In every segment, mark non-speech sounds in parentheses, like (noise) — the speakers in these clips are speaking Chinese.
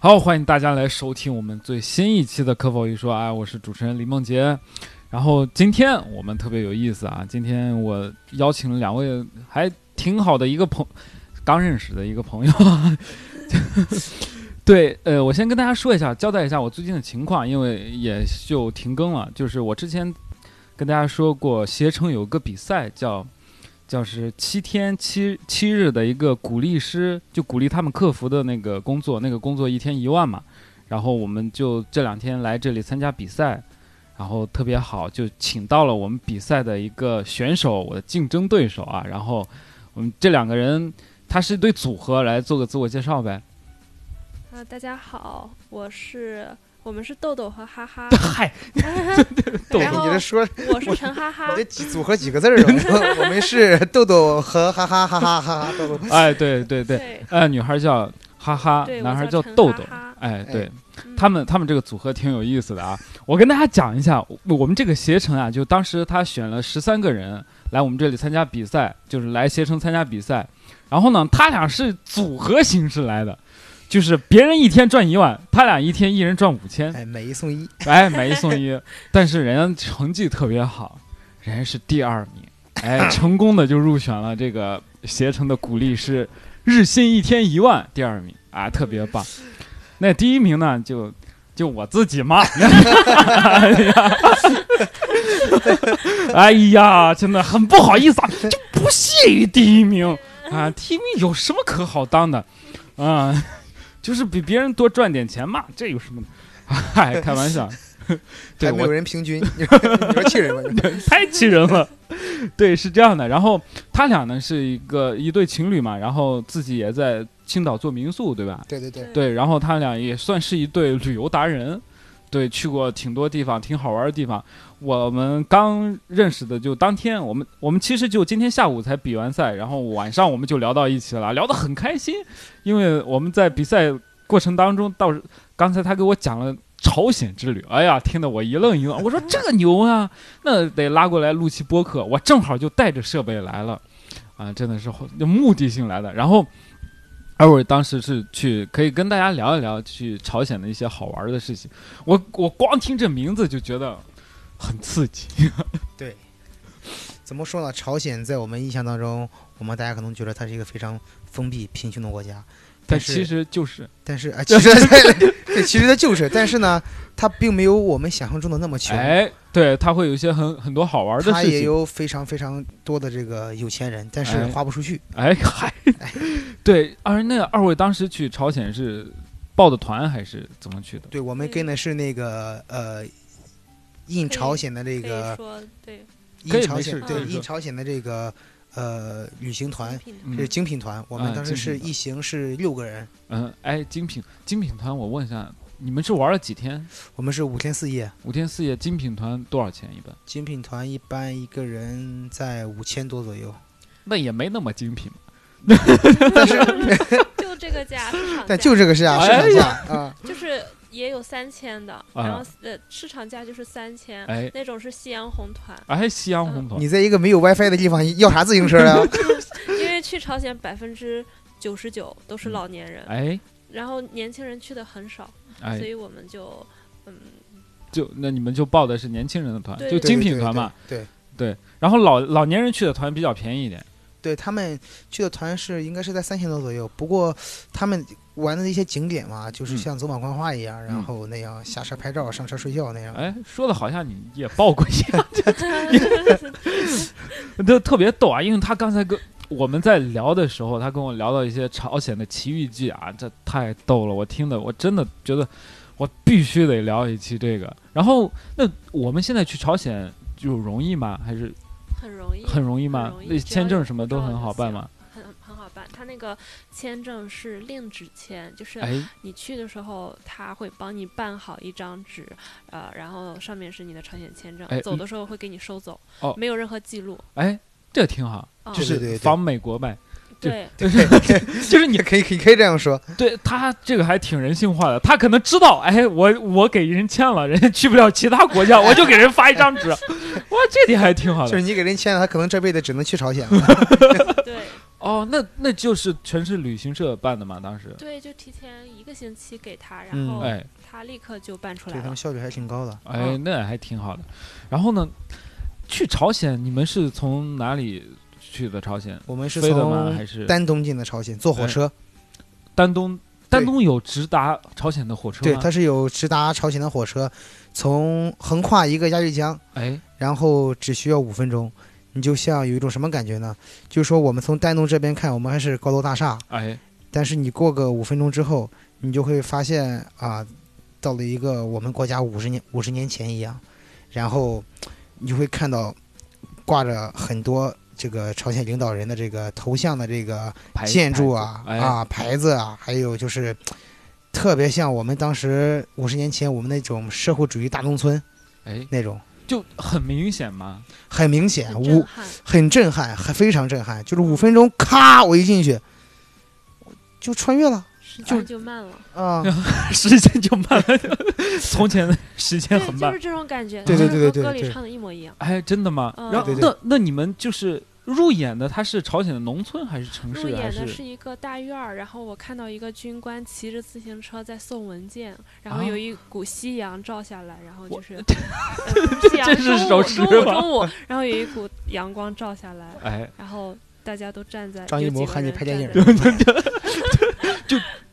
好，欢迎大家来收听我们最新一期的《可否一说》啊，我是主持人李梦洁。然后今天我们特别有意思啊，今天我邀请了两位还挺好的一个朋，刚认识的一个朋友。 (laughs) 对，呃，我先跟大家说一下，交代一下我最近的情况，因为也就停更了。就是我之前跟大家说过，携程有个比赛叫。就是七天七七日的一个鼓励师，就鼓励他们客服的那个工作，那个工作一天一万嘛。然后我们就这两天来这里参加比赛，然后特别好，就请到了我们比赛的一个选手，我的竞争对手啊。然后我们这两个人，他是一对组合，来做个自我介绍呗。，呃，大家好，我是我们是豆豆和哈哈 (laughs) 嗨， (laughs) (laughs) 豆然豆后你这说，我是陈哈啊哈你这，几组合几个字儿啊？我我们是 (laughs) 豆豆和哈哈哈哈哈哈豆豆。哎，对对对，对，呃，女孩叫哈哈对，我男孩叫陈豆哈豆哈，哎，对。嗯他们他们这个组合挺有意思的啊！我跟大家讲一下，我我们这个携程啊，就当时他选了十三个人来我们这里参加比赛，就是来携程参加比赛。然后呢，他俩是组合形式来的，就是别人一天赚一万，他俩一天一人赚五千，哎，买一送一，哎，买一送一。但是人家成绩特别好，人家是第二名， (clears throat) 哎，成功的就入选了这个携程的鼓励师，日薪一天一万，第二名啊，特别棒。那第一名呢，就就我自己嘛。 (laughs) 哎呀，真的很不好意思啊，就不屑于第一名啊，第一名有什么可好当的啊？就是比别人多赚点钱嘛，这有什么？ (laughs) 嗨、开玩笑，对还没有我人 (laughs) 平均，你说你说气人吗？太气人了。 (laughs) 对，是这样的。然后他俩呢是一个一对情侣嘛，然后自己也在青岛做民 (laughs) 宿，对吧？对对对，对，然后他俩也算是一对旅游达人，对，去过挺多地方，挺好玩的地方。我们刚认识的就当天，我们我们其实就今天下午才比完赛，然后晚上我们就聊到一起了，聊得很开心，因为我们在比赛过程当中，到刚才他给我讲了。朝鲜之旅，哎呀，听得我一愣一愣。我说这个牛啊，那得拉过来录期播客。我正好就带着设备来了，啊，真的是目的性来的。然后而我当时是去可以跟大家聊一聊去朝鲜的一些好玩的事情。我我光听这名字就觉得很刺激，怎么说呢？朝鲜在我们印象当中，我们大家可能觉得它是一个非常封闭、贫穷的国家，但但是其实就是但是啊， (laughs) 其实 (laughs) 对对，其实它就是，但是呢，它并没有我们想象中的那么穷。哎，对，它会有一些很很多好玩的它事也情。有非常非常多的这个有钱人，但是哎花不出去。哎嗨，对，而那二位当时去朝鲜是报的团还是怎么去的？对我们跟的是那个呃，印可以朝鲜的这可以个说对可印以朝没鲜事可对以印说朝鲜的这个呃旅行团精品嗯是精品团，我啊们当时精品是团一行是六个人，嗯，哎，精品精品团，我问一下，你们是玩了几天？我们是五天四夜。五天四夜精品团多少钱一本？精品团一般一个人在五千多左右，那也没那么精品嘛。但是 (laughs) 就这个价，市场价但就这个是啊，市哎场价啊，就是也有三千的，啊然后呃市场价就是三千，哎那种是夕阳红团，哎，夕阳红团，你在一个没有 WiFi 的地方要啥自行 (laughs) 车啊？因为去朝鲜百分之九十九都是老年人，哎然后年轻人去的很少，哎所，以我们就 (laughs) 嗯 (laughs) 就那你们就报的是年轻人的团，对就对精品团嘛。对。对对然后老老年人去的团比较便宜一点，对他们去的团是应该是在三千多左右，不过他们玩的一些景点嘛，就是嗯像走马观花一样，嗯然后那样下车拍照，上车睡觉那样。哎，说的好像你也报过一样，就特别逗啊！因为他刚才跟我们在聊的时候，他跟我聊到一些朝鲜的奇遇记啊，这太逗了，我听的我真的觉得我必须得聊一期这个。然后那我们现在去朝鲜就容易吗？还是很容易很容易吗很？容易那只要签证有什么护照都很就好办吗？很很好办，他那个签证是令旨签，就是哎，你去的时候，他会帮你办好一张纸，呃，然后上面是你的朝鲜签证，哎走的时候会给你收走，哦没有任何记录。哎，这挺好，嗯就对对是对仿美国呗。对，对对， (laughs) 就是你可以可以可以这样说，对他这个还挺人性化的，他可能知道，哎，我我给人签了， (laughs) 人家去不了其他国 (laughs) 家，我就给人发一张纸， (laughs) 哇，这点还挺好就的。是你给人签了，他可能这辈子只能去朝鲜了。对哦，那那就是城市旅行社办的嘛，当时，对，就提前一个星期给他，然嗯后哎他立刻就办出对来他了们。效率还挺高的。哎，那还挺好的。然后呢，去朝鲜，你们是从哪里去的朝鲜？我们是飞的吗？从还是哎丹东进的朝鲜，坐火车，丹东？丹东有直达朝鲜的火车对，吗？它是有直达朝鲜的火车，从横跨一个鸭绿江，哎，然后只需要五分钟。你就像有一种什么感觉呢？就是说我们从丹东这边看，我们还是高楼大厦，哎，但是你过个五分钟之后，你就会发现啊，到了一个我们国家五十年五十年前一样，然后你就会看到挂着很多这个朝鲜领导人的这个头像的这个牌建筑啊牌子哎、啊牌子啊，还有就是特别像我们当时五十年前我们那种社会主义大农村哎，那种，就很明显嘛。很明显，很五震撼，很震撼，很非常震撼，就是五分钟，咔，我一进去就穿越了时就间就慢了。啊。 (laughs) 时间就慢了， (laughs) 从前的时间对，很就慢是。这种感觉，对就对是对对对和歌里对唱的一模一样。哎，真的吗？嗯然后对对那那你们就是入演的，他是朝鲜的农村还是城入市还演是？的是一个大院儿，然后我看到一个军官骑着自行车在送文件，然后啊有一股夕阳照下来，然后我 (laughs) 就是呃夕阳这是中午首诗中午吗中午，然后有一股阳光照下来，哎，然后大家都站在张有艺几谋个喊你人拍电站影在儿， (laughs)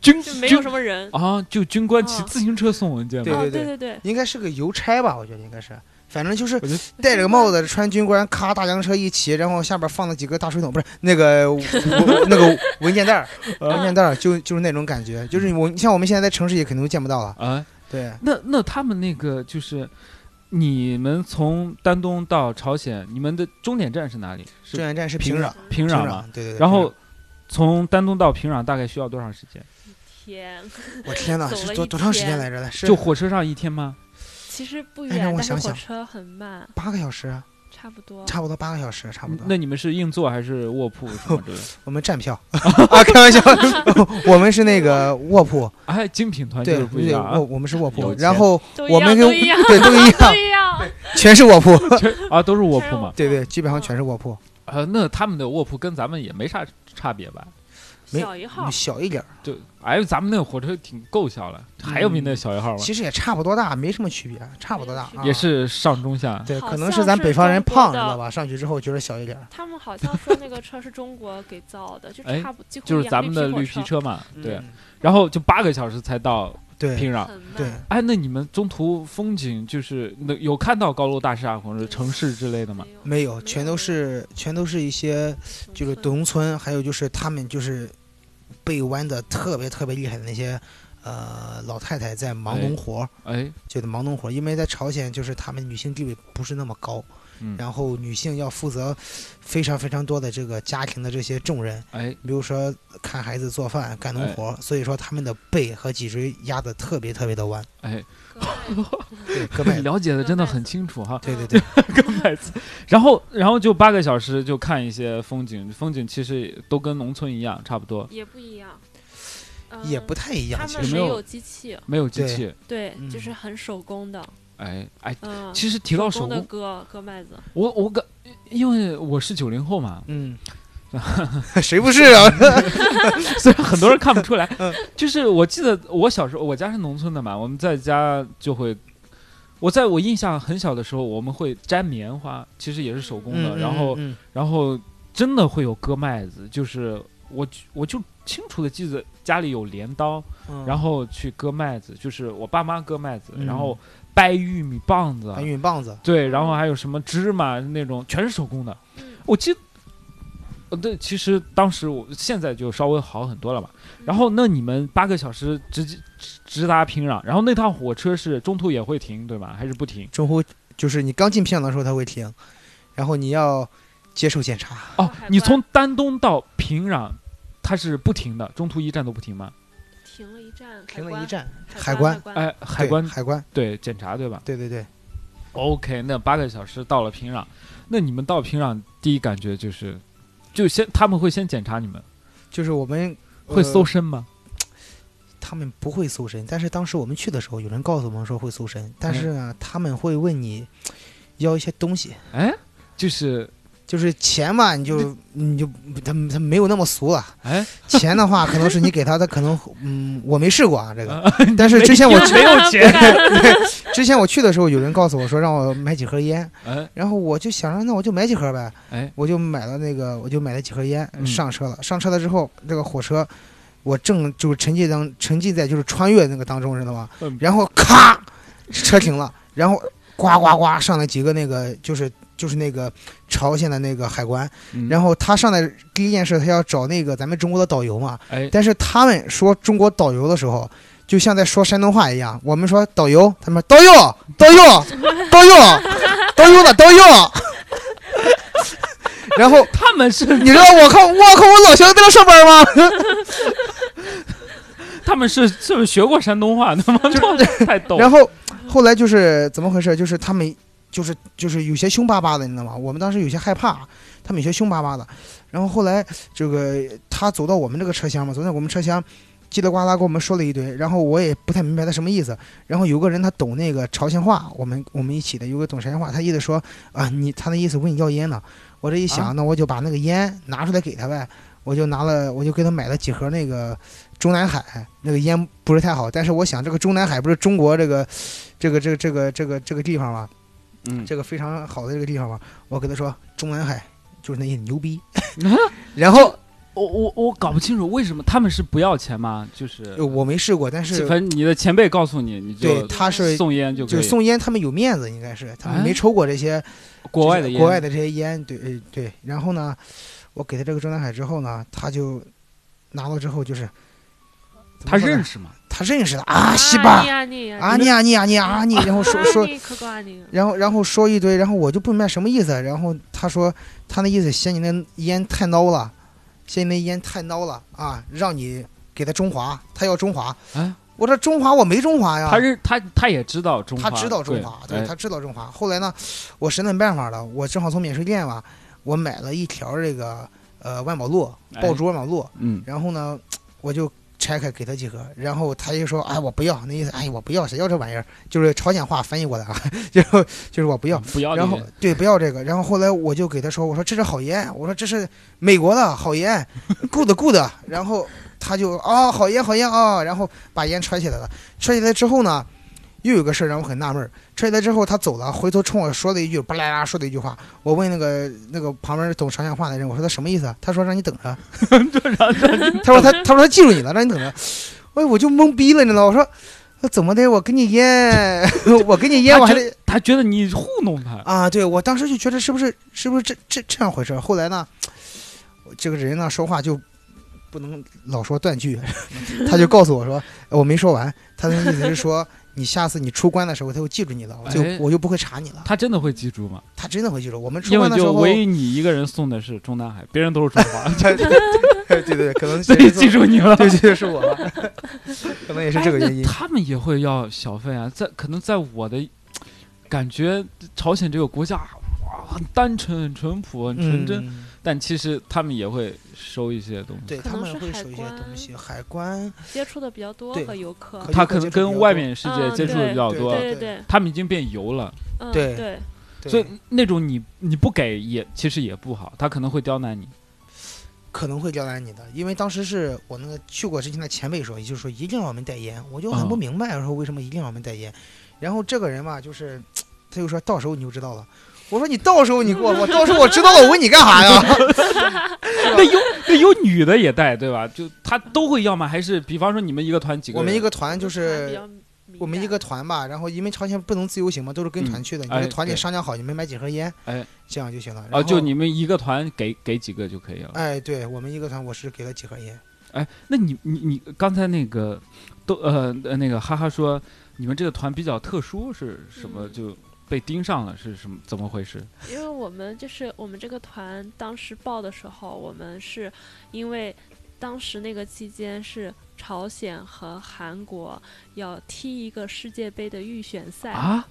军就没有军什么人。啊，就军官骑嗯自行车送文件对吗？哦，对对对，应该是个邮差吧，我觉得应该是，反正就是我觉得戴着个帽子，穿军官，咔大洋车一骑，然后下边放了几个大水桶，不是 (laughs) 那个我我那个文件袋儿，呃文件袋儿就就是那种感觉，就是我你像我们现在在城市也肯定见不到了，啊，对，那那他们那个就是你们从丹东到朝鲜，你们的终点站是哪里？中是原站是啊嗯平壤，平平壤吗？对对对。然后从丹东到平壤大概需要多长时间？天，平壤我天哪，走了是多一多长时间天来着的？是就火车上一天吗？其实不哎让远，我但是想火想车很慢，八个小哦时，差不多。差不多八个小时，差不多。那你们是硬座还是卧铺什么之类的？我们 (laughs) 站票啊，开玩笑，我们是那个卧铺，哎，精品团就对是不一对，样我啊！我们是卧铺有，钱然后都一我们样，跟都一样，对都一都样，一样。全是卧铺，全啊，都是卧铺嘛。对嗯对，基本上全是卧铺，啊，那他们的卧铺跟咱们也没啥差别吧？没小一号，小一点儿，就哎，咱们那个火车挺够小了，还有比那小一号吗？其实也差不多大，没什么区别，差不多大没有区啊。别也是上中下。对，好可能像是咱是北方人中国胖，知的道吧？上去之后觉得小一点儿。他们好像说那个车是中国给造 (laughs) 的，就哎差不几乎就一是样咱们的绿绿皮皮火车嘛，对，嗯，然后就八个小时才到对平壤。很慢。对，哎，那你们中途风景就是那有看到高楼大厦或者城市之类的吗？没有，全都是全都是一些就是农村，还有就是他们就是被弯的特别特别厉害的那些呃老太太在忙农活儿，哎，就是忙农活儿，因为在朝鲜就是他们女性地位不是那么高，嗯，然后女性要负责非常非常多的这个家庭的这些重任，哎，比如说看孩子、做饭、干农哎活儿，所以说他们的背和脊椎压得特别特别的弯，哎，对，胳你膊， (laughs) 了解的真的很清楚哈。对对对，跟麦子， (laughs) 然后然后就八个小时就看一些风景，风景其实都跟农村一样，差不多，也不一样， (laughs) 也嗯不太一样他，其们实有没没有有机器，没有机对器。对，嗯就是很手工的，哎哎，嗯，其实提到手工的工，割割麦子，我我感，因为我是九零后 (laughs) 嘛，嗯，谁不是啊？ (laughs) 虽然很多人看不出来，嗯就是我记得我小时候，我家是农村的嘛，我们在家就会，我在我印象很小的时候，我们会摘棉花，其实也是手工嗯的，嗯然后嗯然后真的会有割麦子，就是我我就清楚的记得家里有镰刀，嗯然后去割麦子，就是我爸妈割麦子，嗯哎然后掰玉米棒子，啊搬运棒子，对，然后还有什么芝麻那种，全是手工的。嗯我记得，呃，对，其实当时我现在就稍微好很多了嘛。然嗯后那你们八个小时直接直直达平壤，然后那趟火车是中途也会停对吧？还是不停？中途就是你刚进平壤的时候它会停，然后你要接受检查，哦海，关你从丹东到平壤，它是不停的，中途一站都不停吗？停了一站，停了一，站，海海关海关，哎，海关对海关，对检查对吧对对对， ？OK，那八个小时到了平壤，那你们到平壤第一感觉就是，就先他们会先检查你们，就是我们会搜呃身吗？他们不会搜身，但是当时我们去的时候，有人告诉我们说会搜身，哎但是呢，他们会问你要一些东西，哎，就是就是钱嘛，你就嗯你就他他没有那么俗了。哎，钱 (laughs) 的话，可能是你给他的，可能嗯，我没试过啊，这个。 (laughs) 但是之前我没没有不钱，干了之前我去的时候，有人告诉我说让我买几盒烟，哎然后我就想着那我就买几盒呗，哎，我就买了那个，我就买了几盒烟，嗯上车了。上车了之后，这个火车，我正就是沉浸当沉浸在就是穿越那个当中，知道吗嗯？然后咔，车停了，然后呱呱呱上来几个那个就是就是那个朝鲜的那个海关，嗯然后他上来第一件事，他要找那个咱们中国的导游嘛，哎但是他们说中国导游的时候，就像在说山东话一样。我们说导游，他们说导游，导游，导游，导游了，导游。 (laughs) 然后他们是你知道我靠，我靠，我老乡在这上班吗？他们是是不是学过山东话的吗？太逗了然后后来就是怎么回事？就是他们就是就是有些凶巴巴的，你知道吗？我们当时有些害怕，他们有些凶巴巴的。然后后来这个他走到我们这个车厢嘛，走到我们车厢。叽里呱啦跟我们说了一堆，然后我也不太明白他什么意思。然后有个人他懂那个朝鲜话，我们我们一起的有个懂朝鲜话，他意思说啊，你他的意思问你要烟呢。我这一想，啊那我就把那个烟拿出来给他呗，我就拿了，我就给他买了几盒那个中南海那个烟不是太好，但是我想这个中南海不是中国这个这个这个这个这个这个地方吗？嗯，这个非常好的这个地方嘛，我跟他说中南海就是那些牛逼， (laughs) 然后我我我搞不清楚为什么他们是不要钱吗？就是呃我没试过，但是反正你的前辈告诉你，你对就他是送烟就可就以。是送烟，他们有面子，应该是他们哎没抽过这些国外的就是烟，国外的这些烟，对呃对。然后呢，我给他这个中南海之后呢，他就拿到之后就是他认识识吗？他认识的啊西啊巴你啊你啊啊你啊你啊你啊你，然后说啊说你可够啊你，然后然后说一堆，然后我就不明白什么意思。然后他说他那意思嫌你那烟太孬了，嫌你那烟太孬了啊，让你给他中华，他要中华。哎我说中华我没中华呀，他认他他也知道中华，啊他知道中华，对哎他知道中华。后来呢，我实在没办法了，我正好从免税店嘛，我买了一条这个呃万宝路哎爆竹万宝路，嗯，然后呢，我就拆开给他几盒，然后他就说：“哎，我不要。”那意思，哎，我不要，谁要这玩意儿？就是朝鲜话翻译过来啊， (laughs) 就是就是我不要。不要这然个后对，不要这个。然后后来我就给他说，我说这是好烟，我说这是美国的好烟，good good。然后他就哦，好烟好烟啊、哦，然后把烟揣起来了。揣起来之后呢，又有个事儿让我很纳闷儿。揣起来之后他走了，回头冲我说了一句巴啦啦说的一句话。我问那个那个旁边懂朝鲜话的人，我说他什么意思啊？他说让你等着。 (laughs) 他说他他说他记住你了，让你等着。哎，我就懵逼了，你知道吗？我说。那怎么的？我给你烟， (laughs) 我给你烟，我还他得觉他觉得你糊弄他， (laughs) 啊，对我当时就觉得是不是是不是这这这样回事儿？后来呢，我这个人呢说话就不能老说断句， (laughs) 他就告诉我说呃我没说完，他的意思是说你下次你出关的时候他就记住你了，我就哎我就不会查你了。他真的会记住吗？他真的会记住。我们出因为关的时就候，唯一你一个人送的是中南海，别人都是中华， (laughs) 对 (laughs) 对对，可能 (laughs) 所以记住你了。 (laughs) 对对是我了，可能也是这个 (laughs) 哎那原因。他们也会要小费啊，在可能在我的感觉，朝鲜这个国家哇，很单纯、很淳朴、很纯真，嗯，但其实他们也会收一些东西。对可他能们是会海收一些关东西，海关接触的比较多对和游客，可以他可能接触比跟较外多面世界嗯接触的对比较多，对对对，他们已经变油了，嗯对对，对所以那种你你不给也其实也不好，他可能会刁难你。可能会刁难你的，因为当时是我那个去过之前的前辈说，也就是说一定要我们带烟，我就很不嗯明白，我说为什么一定要我们带烟。然后这个人嘛，就是他就说到时候你就知道了。我说你到时候你给我，我到时候我知道了，我问你干 (laughs) 啥呀？那有那有女的也带对吧？就他都会要吗？还是比方说你们一个团几个我人？们一个团就比较是敏我们一感个团吧，然后因为朝鲜不能自由行嘛，都是跟团去的，你哎们团里对商量好，你们买几盒烟，哎，这样就行了。然啊，后就你们一个团给给几个就可以了。哎，对我们一个团，我是给了几盒烟。哎，那你你你刚才那个都呃呃那个哈哈说你们这个团比较特殊是什么？嗯就被盯上了是什么？怎么回事？因为我们就是我们这个团当时报的时候，我们是因为当时那个期间是朝鲜和韩国要踢一个世界杯的预选赛，啊，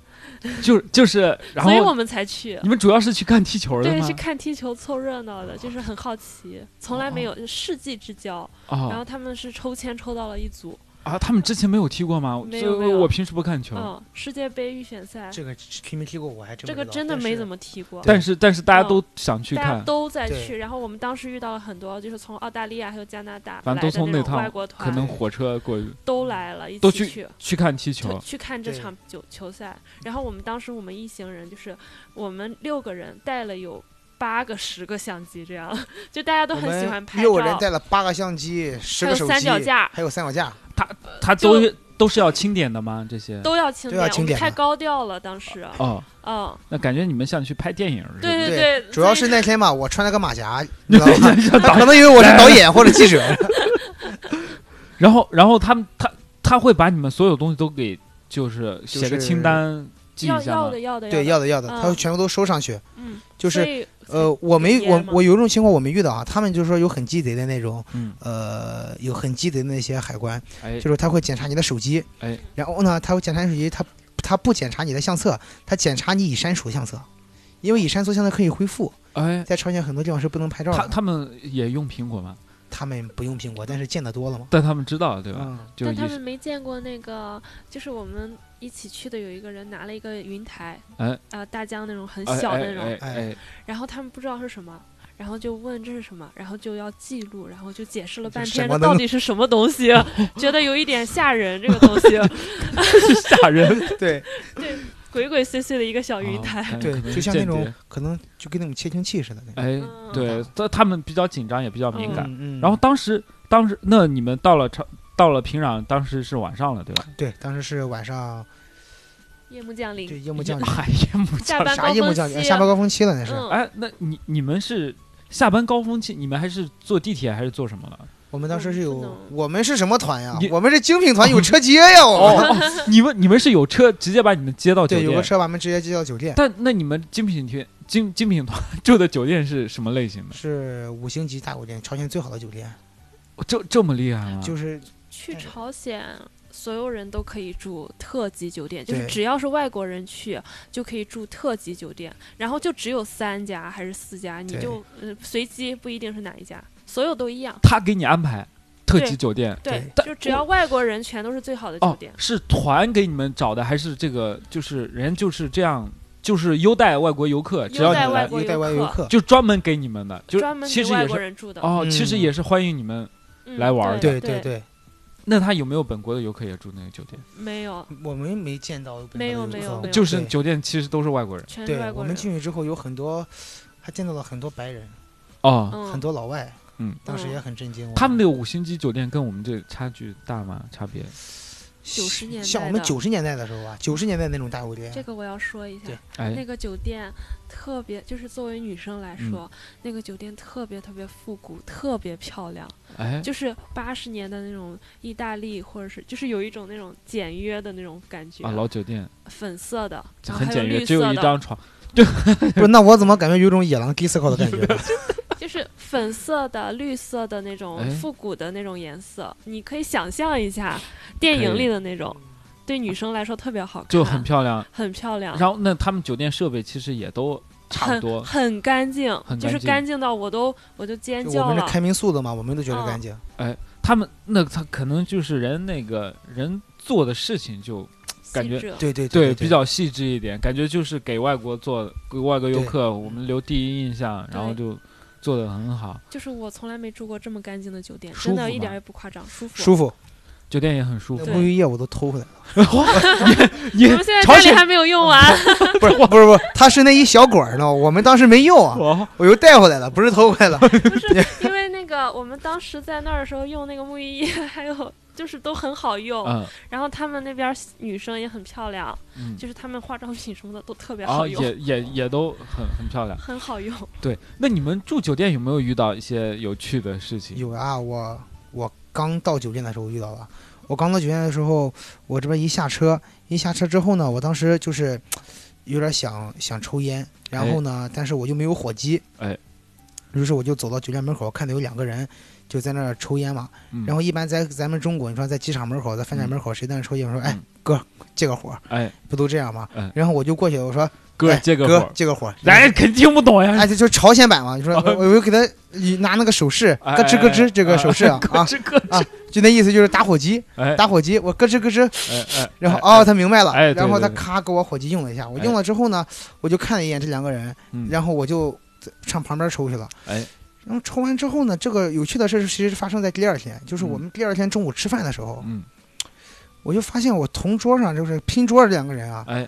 就就是，然哎所以我后们才去。你们主要是去看踢球的对，吗是？看踢球凑热闹的，就是很好奇，从来没哦有世纪之交。然后啊他们是抽签抽到了一组，啊，他们之前没有踢过吗？没有就没有我平时不看球，嗯，世界杯预选赛，这个踢没踢过，我还真哎这个真的没怎么踢过。但是但是大家都想去哦大家看，都在对去，然后我们当时遇到了很多，就是从澳大利亚还有加拿大反来正都的从那那种趟外国可团，能火车过去都来了，一都起去去看踢球就去看这对场球球赛。然后我们当时我们一行人就是我们六个人带了有八个十个相机，这样 (laughs) 就大家都我很喜欢们拍六个人照。带了八个相机，十个还有手机，三脚架嗯还有三脚架，他就都是都是要清点的吗？这些都要清都点，要我清们点太的高调了，当时，哦，嗯，那感觉你们像去拍电影似的。 (laughs) 对对对，主要所是以那天吧，我穿了个马甲，你知道吗？像导可能以为我是导演或者记者，嗯然后然后他们他他会把你们所有东西都给就是写个清单记要一下要吗的？要的对，要的，要的要的，嗯他会全部都收上去。嗯，就是所以呃，我没别我吗我有一种情况我没遇到啊，他们就是说有很鸡贼的那种，嗯，呃，有很鸡贼的那些海关，哎就是他会检查你的手机，哎，然后呢，他会检查你手机，他他不检查你的相册，他检查你已删除相册，因为已删除相册可以恢复，哎，在朝鲜很多地方是不能拍照的。他他们也用苹果吗？他们不用苹果，但是见得多了嘛。但他们知道对吧？嗯，就但他是们没见过那个，就是我们一起去的有一个人拿了一个云台，哎啊、大疆那种很哎小的那哎种，哎哎哎，然后他们不知道是什么。然后就问这是什么，然后就要记录，然后就解释了半什天，么这都到底是什么东 (laughs) 西，觉得有一点吓人。这个东西 (laughs) 吓人！对鬼鬼祟祟的一个 (laughs) 小哦云台， (laughs) 啊对，就像那种，可能就跟那种窃听器似的那哎间种。谍哎，嗯对，他他们比较紧张，也比较敏感。嗯嗯然后当时当时那你们到了朝到了平壤，当时是晚上了对吧？对，当时是晚上，夜幕降临，对夜幕降临，哎夜幕下降临。班啥高夜幕峰降临？期，下班高峰期了那是。嗯，哎，那你你们是下班高峰期，你们还是坐地铁还是坐什么了？我们当时是我们有不，能我们是什么团呀你？我们是精品团，有车接呀！我们 (laughs) 哦，哦你们你们是有车直接把你们接到酒对，有店个？车把我们直接接到酒店，但那你们精品团精精品团 (laughs) 住的酒店是什么类型的？是五星级大酒店，朝鲜最好的酒店，这这么厉害吗？就是哎去朝鲜，所有人都可以住特级酒店，就是对只要是外国人去就可以住特级酒店，然后就只有三家还是四家，你对就呃随机，不一定是哪一家，所有都一样。他给你安排特级对酒店对，但就只要外国人全都是最好的酒哦店，，是团给你们找的，还是这个就是人就是这样，就是优待外国游客，只要优待你外来国一带外游游客客，就专门给你们的，就专门其给实外也国是人住的。哦，嗯其实也是欢迎你们。嗯来玩儿对对对，那他有没有本国的游客也住那个酒店？没有，我们没见到本国没的有游没客有没有就是对酒店其实都是外国人全是对外我国们人。进去之后有很多，还见到了很多白人，哦。嗯，很多老外，嗯，当时嗯也很震惊。他们那个五星级酒店跟我们这差距大吗？差别？ 90年代像我们的嗯九十年代的时候啊，九十年代那种大啊酒店，这个我要说一下对。哎嗯那，个酒店特别，就是作为女生来说，那个酒店特别特别复古，特别漂亮，哎，就是八十年的那种意大利，或者是就是有一种那种简约的那种感觉，啊，老酒店粉色的，就然很后还有简约，绿只有色一的，张床。不是？那我怎么感觉有种野狼 g i s c o 的 (laughs) 感觉呢？就是粉色的、绿色的那种哎复古的那种颜色，你可以想象一下电可影以里的那种，对女生来说特别好看，就很漂亮。很漂亮，然后那他们酒店设备其实也都差不多 (laughs) (laughs) 很，很干净，很就是干净干净到我都我就尖就叫我们了是。开民宿的嘛，我们都觉得嗯干净。他们那他可能就是人那个人做的事情就感觉细致对对对，比较细致一点，感觉就是给外国做给外国游对客我们留第一印象，然后就做的很好，就是我从来没住过这么干净的酒店，舒真的服一点吗儿也不夸张，舒服。舒服。酒店也很舒服那。沐浴液我都偷回来了， (laughs) (laughs) 你我们现在朝这里鲜嗯还没有用啊完，不是不是不是，他是那一小管儿呢，我们当时没用啊，哇我又带回来了，不是偷回来 (laughs) 了。不 (laughs) 是因为那个我们当时在那儿的时候用那个沐浴液，还有就是都很好用。嗯然后他们那边儿女生也很漂亮，嗯，就是她们化妆品什么的都特别然好哦后用，哦也也也都很很漂亮。很好用。对，那你们住酒店有没有遇到一些有趣的事情？有啊，我我刚到酒店的时候遇到了。我刚到酒店的时候，我这边一下车，一下车之后呢，我当时就是有点想想抽烟，然后呢，但是我又没有火机，哎，于是我就走到酒店门口，看到有两个人就在那儿抽烟嘛。嗯然后一般在咱们中国，你说在机场门口、在饭店门口，谁在那抽烟？我说，哎嗯，哥，借个火，哎，不都这样吗哎？然后我就过去，我说，哥哎借个哥火，，借个火。哎，肯定听不懂呀哎，。这就是朝鲜版嘛，你说啊我我就给他拿那个手势，哎咯吱咯吱哎这个手势啊哎 (laughs) 咯啊，吱咯吱，就那意思就是打火机，哎打火机，我咯吱咯吱，哎哎，然后哎哦，，他明白了哎，对然后对他对咔给我火机用了一下，我哎用了之后呢，我就看了一眼这两个人，嗯然后我就上旁边抽去了，哎，然后抽完之后呢，这个有趣的事是其实是发生在第二天，就是我们第二天中午吃饭的时候，嗯，我就发现我同桌上就是拼桌这两个人啊，哎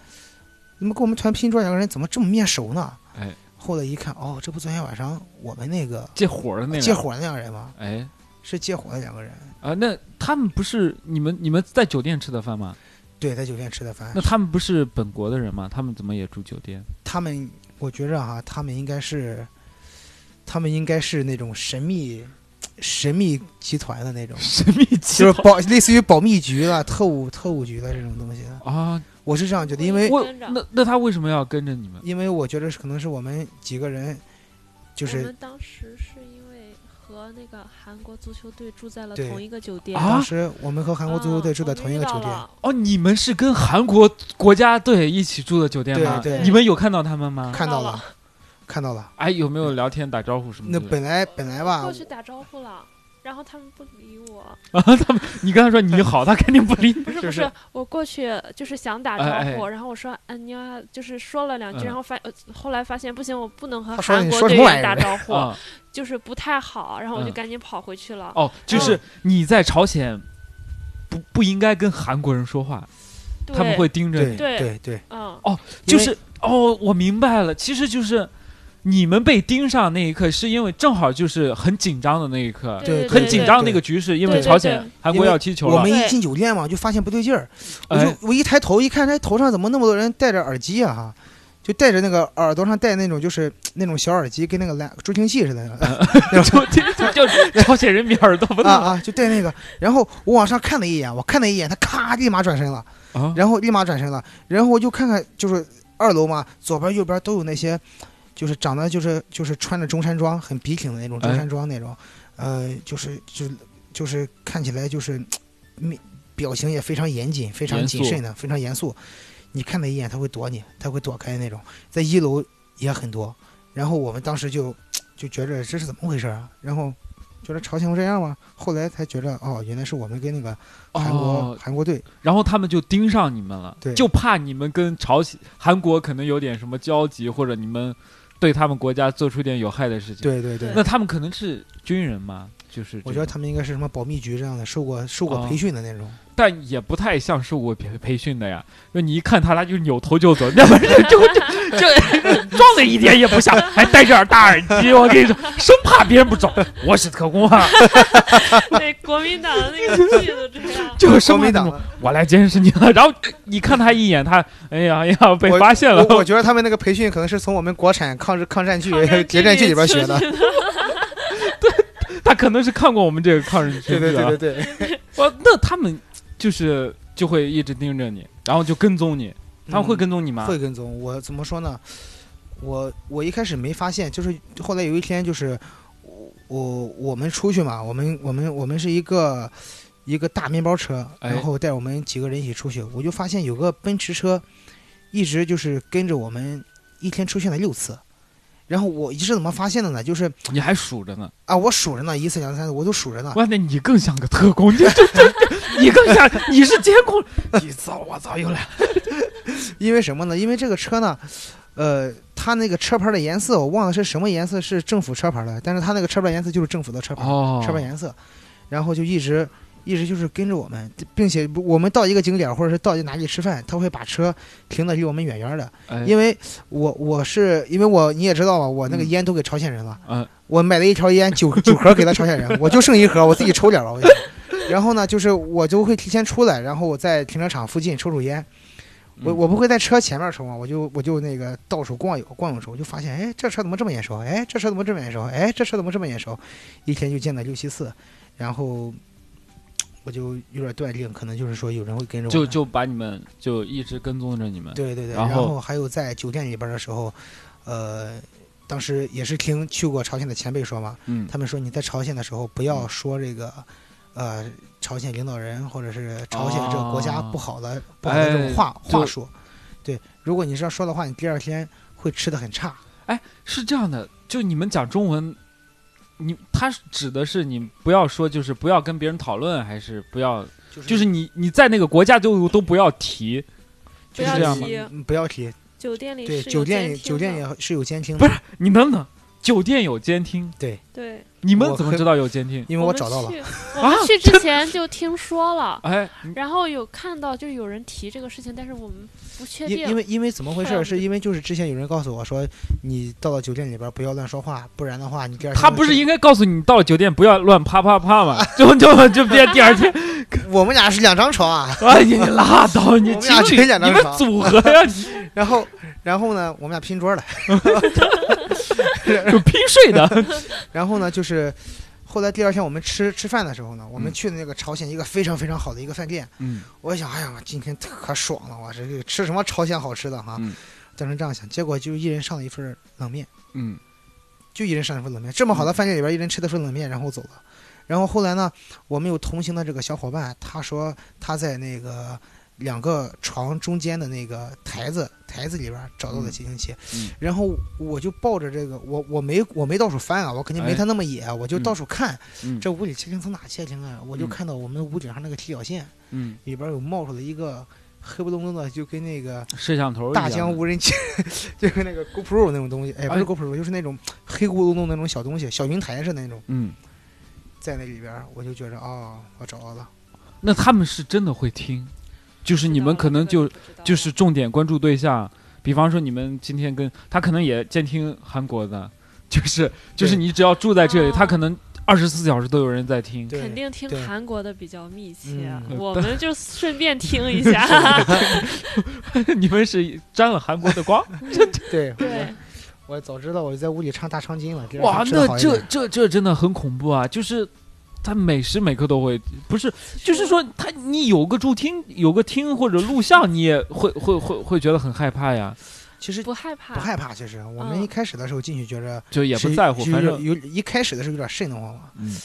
你们跟我们团拼桌两个人怎么这么面熟呢？哎，后来一看，哦，这不昨天晚上我们那个借火的那个借，火的那两个人吗？哎是借火的两个人，啊，那他们不是你们你们在酒店吃的饭吗？对，在酒店吃的饭那。他们不是本国的人吗？他们怎么也住酒店？，他们，我觉着哈、他们应该是，他们应该是那种神秘、神秘集团的那种神秘机就是保类似于保密局了、特务特务局的这种东西的。啊，我是这样觉得，因为我跟着那那他为什么要跟着你们？因为我觉得是可能是我们几个人，就我是们当时是因为和那个韩国足球队住在了对同一个酒店啊当时我们和韩国足球队住在同一个酒店，啊哦，你们是跟韩国国家队一起住的酒店吗？对对你们有看到他们吗？看到到了，看到了。哎，有没有聊天打招呼什么那的？本来本来吧过，去打招呼了，然后他们不理我，你刚才说你好，他肯定不理 (laughs) 你。不是是不不是，我过去就是想打哎招哎呼，哎然后我说嗯你要就是说了两句，嗯然后发呃后来发现不行，我不能和他说韩你国说队什么玩员意打儿招呼，啊、就是不太好，然后我就嗯赶紧跑回去了。哦，嗯就是你在朝鲜不不应该跟韩国人说话，对，他们会盯着对你。对对对，嗯，就因是哦，我明白了，其实就是你们被盯上那一刻，是因为正好就是很紧张的那一刻，对对对很紧张那个局势，因为对对朝鲜对韩国要踢球我了们。一对进酒店嘛，就发现不对劲儿，我哎就我一抬头一看，哎，头上怎么那么多人戴着耳机啊？哈，就戴着那个耳朵上戴那种就是那种小耳机，跟那个蓝助听器似的 (laughs) 就 (laughs) 就就朝鲜人民耳朵不啊大啊，就戴那个。然后我往上看了一眼，我看了一眼，他咔立马转身了，啊然后立马转身了，然后我就看看就是二楼嘛，左边右边都有那些，就是长得就是就是穿着中山装很笔挺的那种哎中山装那种，呃，就是就就是看起来就是面表情也非常严谨、非常严谨肃慎的、非常严肃。你看他一眼，他会躲你，他会躲开那种。在一楼也很多，然后我们当时就就觉着这是怎么回事啊？然后觉得朝鲜会这样吗？后来才觉着哦，原来是我们跟那个韩国、哦，韩国队然后他们就盯上你们了对，就怕你们跟朝鲜、韩国可能有点什么交集，或者你们对他们国家做出点有害的事情。，对对对对 (laughs) 那他们可能是军人嘛，就是我觉得这种，他们应该是什么保密局这样的，受过受哦过培训的那种。但也不太像受过培培训的呀。就你一看他，他就扭头就 (laughs) 走，那玩意儿就就就装的一点也不像，还戴着耳大耳机。我跟你说，生怕别人不找，我是特工啊，。对，国民党的那个剧都这 (laughs) 样 (laughs) (laughs) 就是生怕国民那党种的，我啊来监视你了。然后你看他一眼，他哎呀哎呀，被发现了。 (laughs) 我我觉得他们那个培训可能是从我们国产抗日抗战剧、 (laughs) 谍战剧里边学的。的。他可能是看过我们这个抗日对剧，对吧？对对 (laughs) 对，哇，那他们就是就会一直盯着你，然后就跟踪你。他们嗯会跟踪你吗？会跟踪。我怎么说呢？我我一开始没发现，就是后来有一天，就是我我我们出去嘛，我们我们我们是一个一个大面包车，哎然后带我们几个人一起出去，我就发现有个奔驰车一直就是跟着我们，一天出现了六次。然后我是怎么发现的呢？就是你还数着呢。啊，我数着呢，一次、两次、三次，我都数着呢。哇，那你更像个特工，你这这这，你更像你是监控。你操！我操！又来。 (laughs) 因为什么呢？因为这个车呢，呃，它那个车牌的颜色我忘了是什么颜色，是政府车牌的，但是它那个车牌颜色就是政府的车牌， (laughs) 哦车牌颜色，然后就一直一直就是跟着我们，并且不我们到一个景点或者是到哪里吃饭，他会把车停的离我们远远的，哎因为我我是因为我你也知道嘛，我那个嗯烟都给朝鲜人了，嗯我买了一条烟 (laughs) 九九盒给了朝鲜人，我就剩一盒，我自己抽点了。(laughs) 我就然后呢，就是我就会提前出来，然后我在停车场附近抽抽烟。我嗯我不会在车前面抽嘛，我就我就那个到处逛悠逛悠抽，我就发现哎这车怎么这么眼熟？哎这车怎么这么眼熟？哎这车怎么这么眼熟？一天就见了六七次，然后我就有点断定，可能就是说有人会跟着我就们。就把你们就一直跟踪着你们。对对对，然然后还有在酒店里边的时候，呃，当时也是听去过朝鲜的前辈说嘛，嗯，他们说你在朝鲜的时候不要说这个，呃，朝鲜领导人或者是朝鲜这个国家哦不好的、不好的这哎种话、就话术。对，如果你这样说的话，你第二天会吃的很差。是这样的，就你们讲中文，你他指的是你不要说，就是不要跟别人讨论，还是不要，就是就是你你在那个国家就都不要提，不是这要样提嗯不要提， (laughs) 酒店里对，是酒有店监也听酒店的也是有监听不的是，你等等，酒店有监听，对，你们我怎么很知道有监听？因为我我们找到了 (laughs) 去。我们啊 (laughs) 去之前就听说了，哎，然后有看到就有人提这个事情，但是我们不确因定，因为因为怎么回事后来儿？我是因为就是之前有人告诉我说，你到了酒店里边儿不要乱说话，不然的话你第二天他会不是吃应该告诉你到了酒店不要乱啪啪啪吗？就就就别第二天，我们俩是两张床啊。 (laughs) 哎呀，你拉倒，你我们情俩侣真想你当们床组合呀， (laughs) 你然后然后呢，我们俩拼桌了。 (laughs) 就拼睡的。然后呢，就是后来第二天我们吃吃饭的时候呢，我们去的那个朝鲜一个非常非常好的一个饭店，嗯，我想，哎呀，今天可爽了，我这个吃什么朝鲜好吃的哈嗯？当时这样想，结果就一人上了一份冷面，嗯，就一人上了一份冷面。这么好的饭店里边，一人吃的份冷面，然后走了。然后后来呢，我们有同行的这个小伙伴，他说他在那个两个床中间的那个台子台子里边找到的窃听器，嗯嗯然后我就抱着这个，我我没我没到处翻啊，我肯定没他那么野啊，我就到处看，哎嗯这屋里窃听从哪窃听啊？我就嗯看到我们屋顶上那个踢脚线嗯，里边有冒出了一个黑不隆咚的，就跟那个摄像头一样大的疆无人机， (laughs) 就跟那个 GoPro 那种东西，哎，不哎是 GoPro，就是那种黑咕隆咚那种小东西，小云台似的那种，嗯，在那里边儿，我就觉着哦，我找到了。那他们是真的会听，就是你们可能就就是重点关注对象，比方说你们今天跟他可能也监听韩国的，就是就是对你只要住在这里，哦他可能二十四小时都有人在听。对肯定听对韩国的比较密切，啊嗯我们就顺便听一 (laughs) 下。 (laughs) 你们是沾了韩国的光？对，对，我我早知道我就在屋里唱大长今了。第二哇，天吃得那好一这点这这真的很恐怖啊！就是他每时每刻都会，不是，就是说他你有个助听，有个听或者录像，你也会会会会觉得很害怕呀，其实不害怕，不害怕，其实我们嗯一开始的时候进去觉着就也是不在乎，是反有正有一开始的时候有点瘆得慌嘛。嗯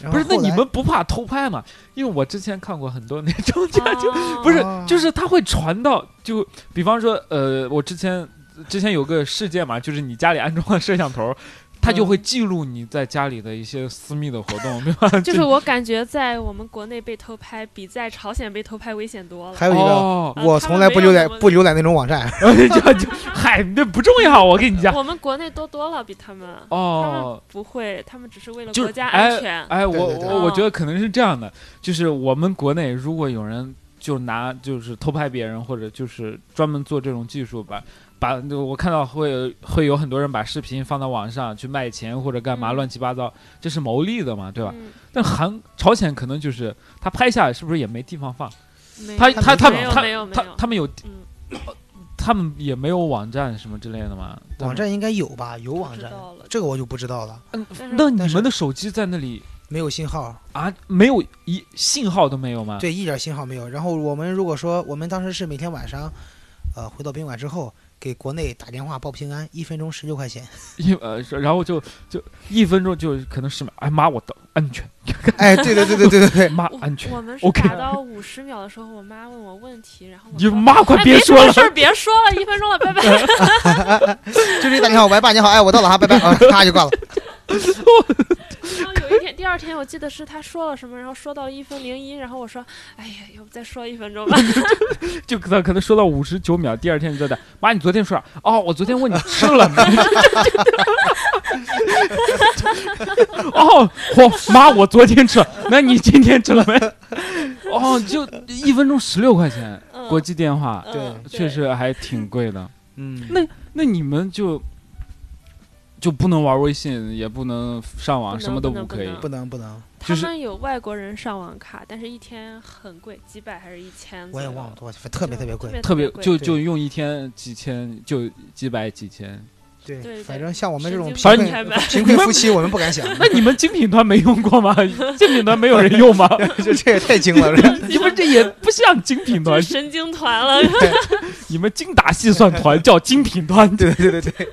然不后是。那后你来们不怕偷拍吗？因为我之前看过很多那种， (laughs) 就就哦不是哦，就是它会传到，就比方说，呃，我之前之前有个事件嘛，就是你家里安装了摄像头，它嗯就会记录你在家里的一些私密的活动，对吧？就是我感觉在我们国内被偷拍比在朝鲜被偷拍危险多了。 (laughs) 还有一个，哦，啊我他从们来没不有浏览什么不浏览那种网站。就就嗨，那不重要，我跟你讲。 (laughs) 我们国内多多了，比他们。他们哦，不会，他们只是为了就国家安全。哎，我对对对我我觉得可能是这样的，就是我们国内如果有人就拿就是偷拍别人，或者就是专门做这种技术吧。把我看到会有会有很多人把视频放到网上去卖钱或者干嘛嗯乱七八糟，这是牟利的嘛，对吧？嗯，但韩朝鲜可能就是他拍下来是不是也没地方放？没有哎他他他没们有他没有没他有他们有嗯， (coughs) 他们也没有网站什么之类的嘛？他们网站应该有吧？有网不知站，道了这个我就不知道了。嗯但是那你但是们的手机在那里没有信号，啊？没有一信号都没有吗？对，一点信号没有。然后我们如果说我们当时是每天晚上，呃，回到宾馆之后给国内打电话报平安，一分钟十六块钱。一呃，是然后就就一分钟就可能十秒，哎妈，我的安全， (laughs) 哎，对对对对对对对，妈我安全，我们是 OK 打到五十秒的时候，我妈问我问题，然后我你说妈快哎别说什么了事，儿别说了，一分钟了，(laughs) 拜拜。就这打电话，喂，爸你好，哎，我到了哈，拜拜，啊，啪 (laughs) 就挂了。然后有一天，第二天我记得是他说了什么，然后说到一分零一，然后我说，哎呀，要不再说一分 (laughs) 钟吧？就可能可能说到五十九秒，第二天你再打，妈，你昨天说啥？哦，我昨天问你吃了没？ (laughs) 哦，嚯，妈，我昨天吃了，那你今天吃了没？哦，就一分钟十六块钱，嗯国际电话嗯对确实还挺贵的。嗯，那那你们就就不能玩微信，也不能上网，不能什么都不能可以不。能不能不能，就他是们有外国人上网卡，但是一天很贵，几百还是一千？我也忘了，多少钱，特别特别贵。特别贵就对就用一天几千，就几百几千。对对反正像我我们这种贫反正困开门，贫困夫妻，我们不敢想， (laughs) 那你们精品团没用过 (laughs) 吗？精品团没有人用 (laughs) 吗？就这也太精了，是吧？你们这也不像精品就团 (laughs) 是，神经团了。 (laughs) (laughs) 你们精打细算团叫精品团。对对对对对，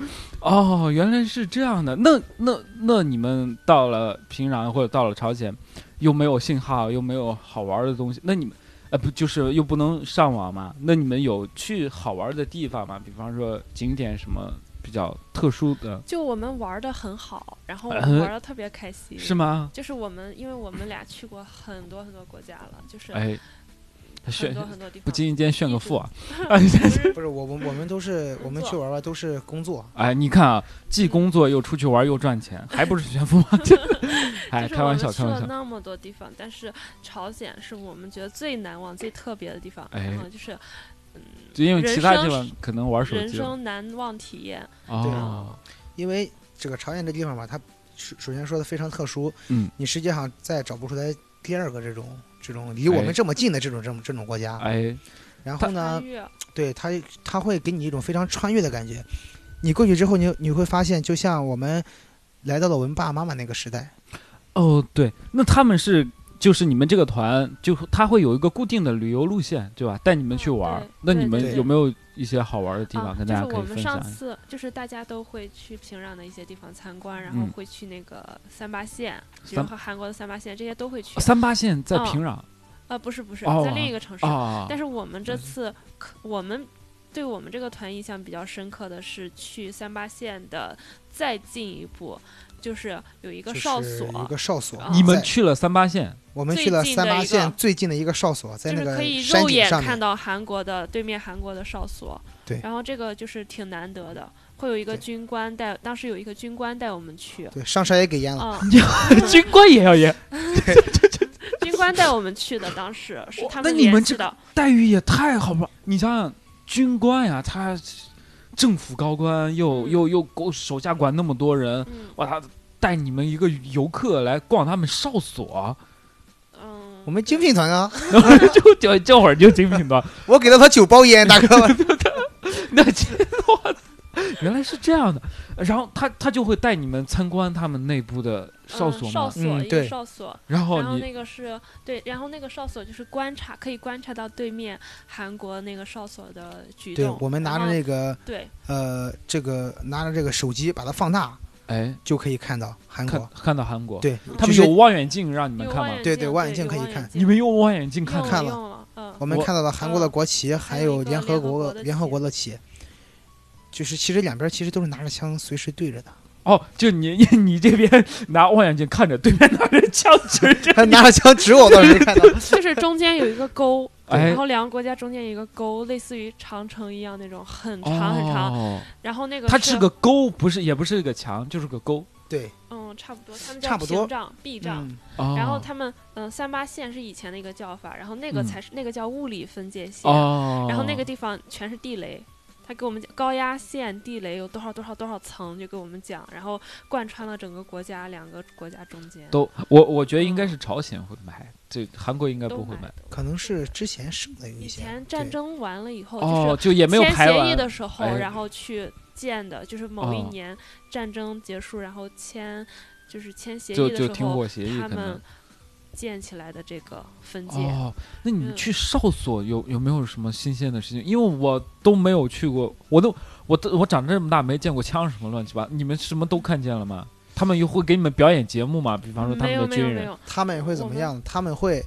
(laughs) 哦，原来是这样的。那那那你们到了平壤或者到了朝鲜，又没有信号，又没有好玩的东西，那你们呃不就是又不能上网嘛？那你们有去好玩的地方吗？比方说景点什么比较特殊的，就我们玩的很好，然后我呃们玩的特别开心。是吗？就是我们，因为我们俩去过很多很多国家了，就是哎，很炫多很多地方。不经意间炫个富啊！ (laughs) 不是不是我们我们都是我们去玩玩都是工作，哎，你看啊，嗯既工作又出去玩又赚钱，还不是炫 (laughs) 富吗？哎，就是开我玩们笑，去开玩了笑。那么多地方，但是朝鲜是我们觉得最难忘、最特别的地方。哎然后就是就因为人其他生地是方可能玩手人机了生难忘体验，对啊哦，因为这个朝鲜这地方吧，它首首先说的非常特殊，嗯，你世界上再找不出来第二个这种这种离我哎们这么近的这种这种这种国家，哎，然后呢穿，越对它它会给你一种非常穿越的感觉，你过去之后你你会发现，就像我们来到了我们爸爸妈妈那个时代，哦，对，那他们是就是你们这个团，就他会有一个固定的旅游路线，对吧？带你们去玩儿嗯对。那你对们对有没有一些好玩的地啊方，跟就大家是可我以们分享上一下？次就是大家都会去平壤的一些地方参观，然后嗯会去那个三八线，比三如和韩国的三八线，这些都会去。三八线在平壤啊，不是不是，哦在另一个城市。啊，但是我们这嗯次可，我们对我们这个团印象比较深刻的是去三八线的再进一步，就是有一个就是哨所，一个哨所啊，你们在去了三八线，我们最去了近三的八一线个最近的一个哨所，在就那是可个以山肉顶眼上看面，到韩国的对面韩国的哨所。对然后这个就是挺难得的，会有一个对啊军官带，当时有一个军官带我们去。对，上山也给淹了。 (laughs) 嗯， (laughs) 军官也要演，军官带我们去的，当时是哇他那们你们联系这的，待遇也太好了。你想想，军官呀，他政府高官，又嗯又又管手下管那么多人，嗯哇，他带你们一个游客来逛他们哨所， (laughs) 嗯，我们精品团啊， (laughs) 然后就就这会儿就精品吧。我给了他九包烟，大 (laughs) 哥。 (laughs) 那真的我原来是这样的。然后他他就会带你们参观他们内部的哨所嗯、嘛，哨所、嗯一对哦个哨所，然后然后你那个是对，然后那个哨所就是观察，可以观察到对面韩国那个哨所的举对动。我们拿着然后那个对呃，这个拿着这个手机把它放大，哎就可以看到韩看国。看到韩国，对，他就们是有望远镜让你们有看望吗远？镜，对对对，望远镜可以有望看远镜你们用望远镜看用吗？看了了用了，嗯我们我看到了韩国的国旗，还有联合还有一国个联联合合国国的旗。就是其实两边其实都是拿着枪随时对 (laughs) 着的，哦，就你 (laughs) 你这边拿望远镜看着，对面拿着枪指着，他拿着枪指我，当时看 (laughs) 到就是中间有一个沟， (laughs) 哎然后两个国家中间有一个沟，类似于长城一样那种，很长很长。哦然后那个它是是个沟，不是也不是个墙，就是个沟。对，嗯，差不多，他们差叫不多屏障、避障。嗯，哦然后他们嗯，三八线是以前的一个叫法，然后那个嗯才是、那个叫物理分界线。哦，然后那个地方全是地雷，他给我们讲高压线地雷有多少多少多少层，就给我们讲，然后贯穿了整个国家两个国家中间都我我觉得应该是朝鲜会买，这韩国应该都不会买买。的。可能是之前剩的有一以些。前战对争完了以后，哦，就就也是没有签排协议完。的时候，哎然后去建的，就是某一哦年战争结束，然后签就是签协就议就的时停候，火协议他可能们。建起来的这个分界。哦，那你嗯去哨所有有没有什么新鲜的事情？因为我都没有去过，我都我都我长这么大没见过枪什么乱七八，你们什么都看见了吗？他们又会给你们表演节目吗？比方说他没们有的没有军没人有，他们会怎么我们样？他们会，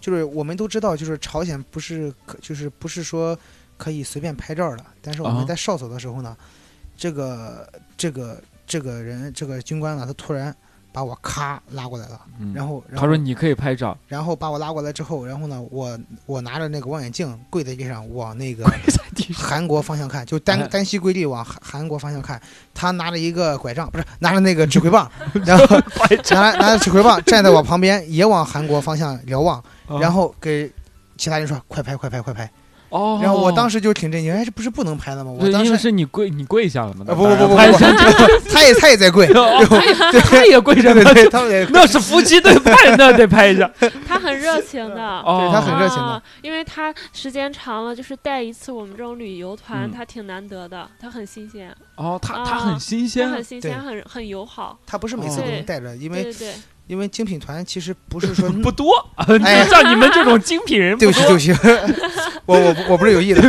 就是我们都知道，就是朝鲜不是可，就是不是说可以随便拍照的。但是我啊们在哨所的时候呢，这个这个这个人这个军官呢，他突然把我咔拉过来了，嗯然后然他后说你可以拍照，然后把我拉过来之后，然后呢，我我拿着那个望远镜跪在地上往那个在地上韩国方向看，就哎单单膝跪地往韩韩国方向看。他拿着一个拐杖，不是拿着那个指 (laughs) 挥棒，然后拿拿着指挥棒站在我旁边，也往韩国方向瞭望， (laughs) 然后给其他人说快拍快拍快拍。哦，然后我当时时就挺震惊，哎，这不是不能拍的吗？我对，当因为时。是你跪你跪下了嘛？啊不不不不拍不，他也他也 (laughs) 在跪，对，哎他也跪着对呢，对对，他们也跪，那是夫妻对拍，那得拍一下。他很热情 (laughs) 的。哦，他很热情的啊，因为他时间长了，就是带一次我们这种旅游嗯团，他挺难得的，他很新鲜，哦，他他啊很新他鲜，很新鲜，对很很友好，他不是哦每次都能带着，因对为对对，因为精品团其实不是说 (laughs) 不多，哎就像你们这种精品人不 (laughs) 对不起，对多。 (laughs) 不起，我我不我不是有意的。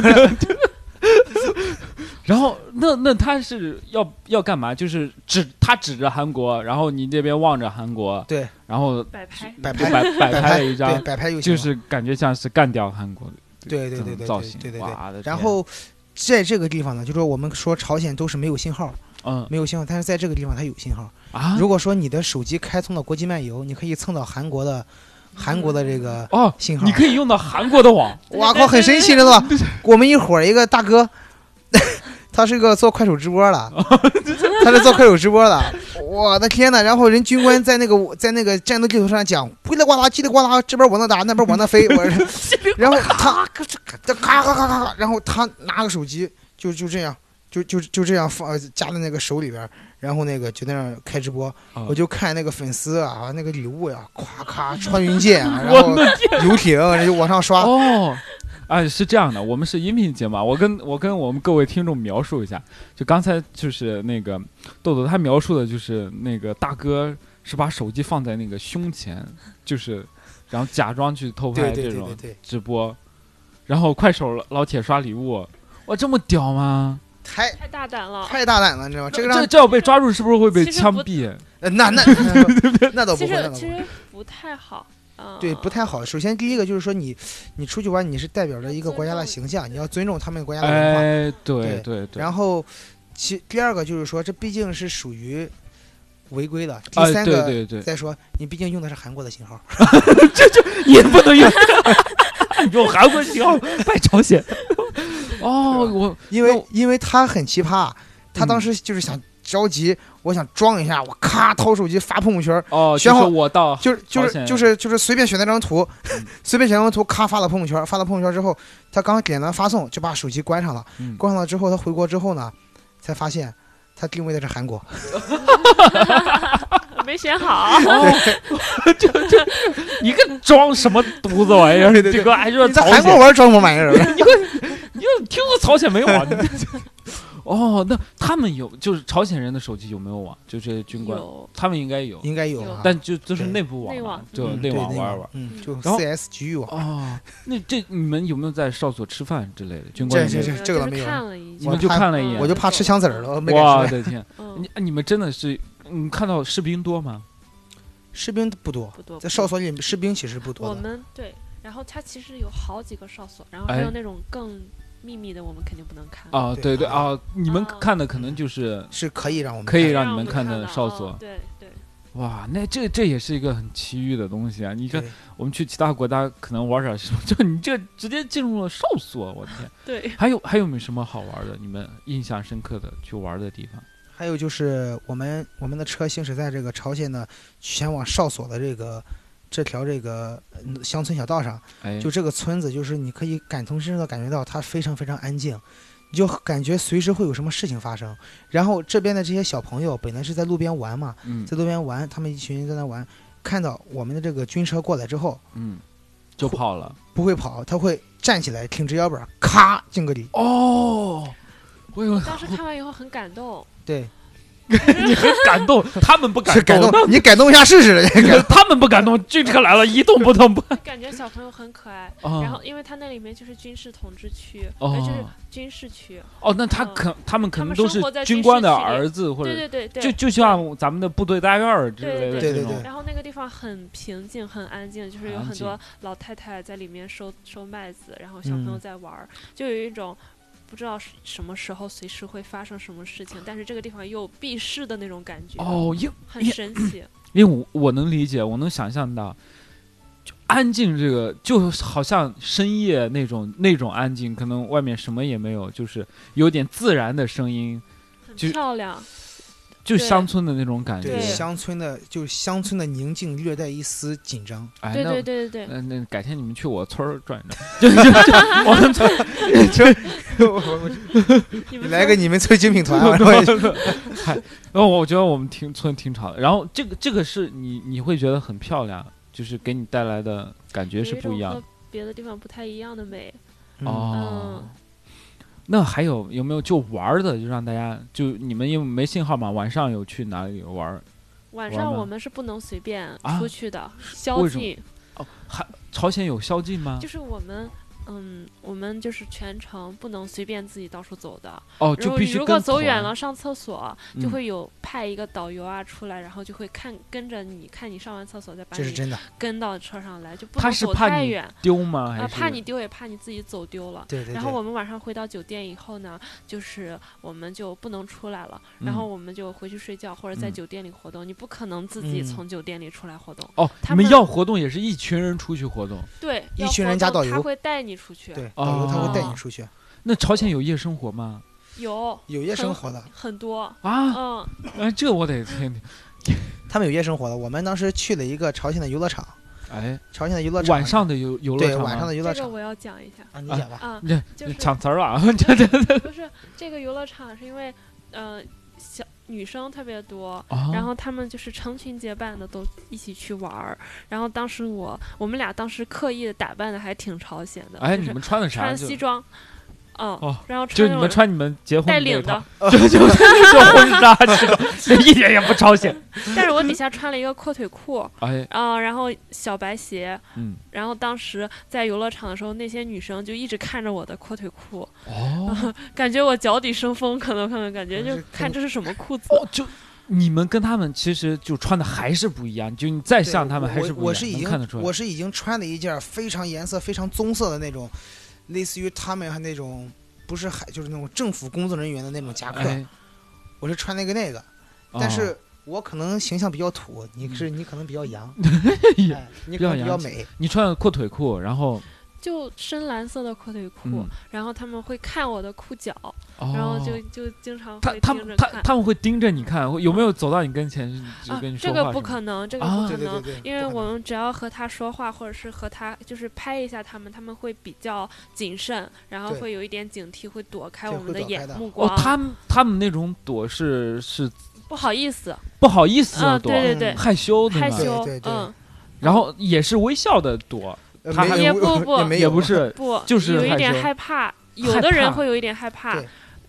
然后那那他是要要干嘛？就是指他指着韩国，然后你这边望着韩国，对，然后摆拍，摆就拍摆摆摆拍拍了一张 (laughs) 对，摆拍游戏就嘛，是感觉像是干掉韩国的对对这种对对造对型，对对对。哇的天然后在这个地方呢，就说我们说朝鲜都是没有信号，嗯没有信号，但是在这个地方它有信号。啊如果说你的手机开通了国际漫游，你可以蹭到韩国的韩国的这个哦，信号你。可以用到韩国的网，哇靠，很神奇，知道吧？我们一伙儿一个大哥， (laughs) 他是个做快手直 (laughs) 播的，他是做快手直播的。我的天呐！然后人军官在那个在那个战斗地图上讲，叽里呱啦，叽里呱啦，这边往那打，那边往那飞，我 (laughs) 然后他这咔咔咔咔咔，然后他拿个手机就就这样。就就就这样放呃夹在那个手里边儿，然后那个就那样开直播，啊我就看那个粉丝啊，那个礼物呀、夸咔穿云箭 (laughs) 啊， (laughs) 然我后的游艇然后就往上刷，哦，哎，是这样的，我们是音频节目，啊，我跟我跟我们各位听众描述一下，就刚才就是那个豆豆他描述的就是那个大哥是把手机放在那个胸前，就是然后假装去偷对拍对这对对种对，直播，然后快手老铁刷礼物，哇，这么屌吗？太太大胆了。太大胆了，你知道吗？这个让这这要被抓住是不是会被其实枪不毙？呃那那那那倒不其会，那实倒不其会。实不太好，嗯，对，不太好。首先，第一个就是说你，你出去玩，你是代表着一个国家的形象，你要尊重他们国家的文化。哎，对对对对，然后，其第二个就是说，这毕竟是属于违规的。第哎，三对个，对对，再说你毕竟用的是韩国的信号，也不能用， (laughs) 用韩国信号拜朝鲜。哦，是吧我因那为我因为他很奇葩，他当时就是想着急，我想装一下，我咔掏手机发朋友圈儿，哦，宣就是浩我到就是就朝鲜是就是就是随便选那张图嗯， (laughs) 随便选那张图，咔发到朋友圈，发到朋友圈之后，他刚点完发送就把手机关上了，嗯。关上了之后，他回国之后呢，才发现他定位的是韩国，没选好哦， (laughs) 就就你个装什么犊子玩意儿？对对对这个还说 (laughs) 你在朝韩国鲜，玩装什么玩意儿？ (laughs) 你有听过朝鲜没有啊？你哦，那他们有就是朝鲜人的手机有没有网？就这些军官，有他们应该有，应该有有啊，但就就是对内部网内嘛网，就嗯内对网那玩个玩。嗯，就然后 CS 局域网，哦，那这你们有没有在哨所吃饭之类的？军官这有没这有这有这就个倒是没有看了一你下，们就看了一眼我就怕吃枪子儿了，我没我敢吃。的天，嗯，你你们真的是，嗯，看到士兵多吗？士兵不多，不多。在不哨多所里士兵其实不多我的，们对，然后它其实有好几个哨所，然后还哎有那种更秘密的，我们肯定不能看。啊，对嗯对对啊，你们啊看的可能就是是可以让我们可以看让你我们看的到哨哦所对对，哇，那这这也是一个很奇遇的东西啊！你看对，我们去其他国家可能玩点什么， (laughs) 就你这直接进入了哨所，我天！ (laughs) 对，还有还有没有什么好玩的？你们印象深刻的去玩的地方？还有就是我们我们的车行驶在这个朝鲜的前往哨所的这个这条这个嗯乡村小道上，哎，就这个村子，就是你可以感同身受的感觉到它非常非常安静，你就感觉随时会有什么事情发生。然后这边的这些小朋友本来是在路边玩嘛，嗯在路边玩，他们一群人在那玩，看到我们的这个军车过来之后，嗯，就跑了不会跑，他会站起来挺直腰板，咔敬个礼。哦。我有当时看完以后很感动，对，你很感动，他们不是感感动，你感动一下试试。 (laughs) 这个他们不感动，军车来了一动不动不。就感觉小朋友很可爱。哦 (laughs) 然后，因为它那里面就是军事统治区，嗯哦呃就是军事区，哦，那他嗯可他们可他能们都生是活在军军官事的区里儿子或者对对对对，就就像咱们的部队大院儿之类的对这对对种对然后那个地方很平静、很安静，就是有安很静多老太太在里面收收麦子，然后小朋友嗯在玩儿，就有一种不知道是什么时候随时会发生什么事情，但是这个地方又有避世的那种感觉，哦，因很也神奇。因为我我能理解，我能想象到，就安静这个就好像深夜那种那种安静，可能外面什么也没有，就是有点自然的声音，很就是漂亮，就对乡村的那种感觉对，。对乡村的就是乡村的宁静略带一丝紧 (laughs) 张。哎，对那对对对对，那那改天你们去我村儿转一 (laughs) 转，就就就我们村儿你们来说个你们村精品团，啊 (laughs) 我说然哦后我觉得我们挺村挺吵的。然后这个这个是你你会觉得很漂亮，就是给你带来的感觉有是一不种一样的和。别的地方不太一样的美，嗯哦嗯，那还有有没有就玩儿的？就让大家就你们因为没信号嘛，晚上有去哪里玩儿？晚玩上吗我们是不能随便啊出去的，宵为什么啊禁朝鲜有宵禁吗？就是我们嗯，我们就是全程不能随便自己到处走的。哦，如就果必你须如果跟走远团了，上厕所，嗯就会有派一个导游啊出来，然后就会看跟着你看你上完厕所，再把这是你真的，跟到车上来，就不他能是走怕太你远丢吗？还啊，是怕你丢也怕你自己走丢了。对对对。然后我们晚上回到酒店以后呢，就是我们就不能出来了，然后嗯我们就回去睡觉或者在嗯酒店里活动。你不可能自己嗯从酒店里出来活动，哦，他你们们要活动也是一群人出去活动。对，一要群活人加动导他游会带你出去，对导游他会带哦你出去，那朝鲜有夜生活吗？有有夜很生活的，很多，啊，嗯，哎，这我得听听。他们有夜生活的。我们当时去了一个朝鲜的游乐场，哎，朝鲜的 (laughs) 游乐场晚上的游游乐对场吗，晚上的游乐这个场我要讲一下啊，你讲吧。啊，这就是抢词儿了啊， (laughs) 这这不是这个游乐场是因为，呃，小女生特别多，啊，然后他们就是成群结伴的都一起去玩儿。然后当时我我们俩当时刻意的打扮的还挺朝鲜的，哎，就你是们穿的啥穿就？西装，嗯，哦然后穿就那你们种穿你们结婚带的那领套 (laughs) 的，，就就就婚纱 (laughs) 是吧，一点也不朝鲜。但是我底下穿了一个阔腿裤， (laughs) 哎，啊、然后小白鞋，嗯，然后当时在游乐场的时候，那些女生就一直看着我的阔腿裤，哦感觉我脚底生风，可能可能感觉这就可看能这是什么裤子，哦，就你们跟他们其实就穿的还是不一样，就你再对像他们还我是不一样，我是已能经看得出来。我是已经穿了一件非常颜色非常棕色的那种，类似于他们那种不是海就是那种政府工作人员的那种夹克，哎，我是穿了一个那个，哦，但是我可能形象比较土，你是你可能比较洋 (laughs) 哎嗯比你可能比较洋较气美，你穿的阔腿裤，然后就深蓝色的阔腿裤，嗯然后他们会看我的裤脚，哦，然后就就经常他会他盯着们他看。他们会盯着你看，会有没有走到你跟前就啊跟你，说话什这个么的？不可能，这个啊不可对对能，对对，因为不可我能们只要和他说话，或者是和他就是拍一下他们，他们会比较谨慎，然后对会有一点警惕，会躲开对我们的会躲眼开的目光。哦，他们他们那种躲是是不好意思，不好意思的嗯，躲，对对对，害羞的害嘛羞，对对对嗯，然后也是微笑的躲，呃他没还有也我不不也没也有不 (laughs) 是不，就是有一害点羞害怕，害有的人怕会有一点害怕对。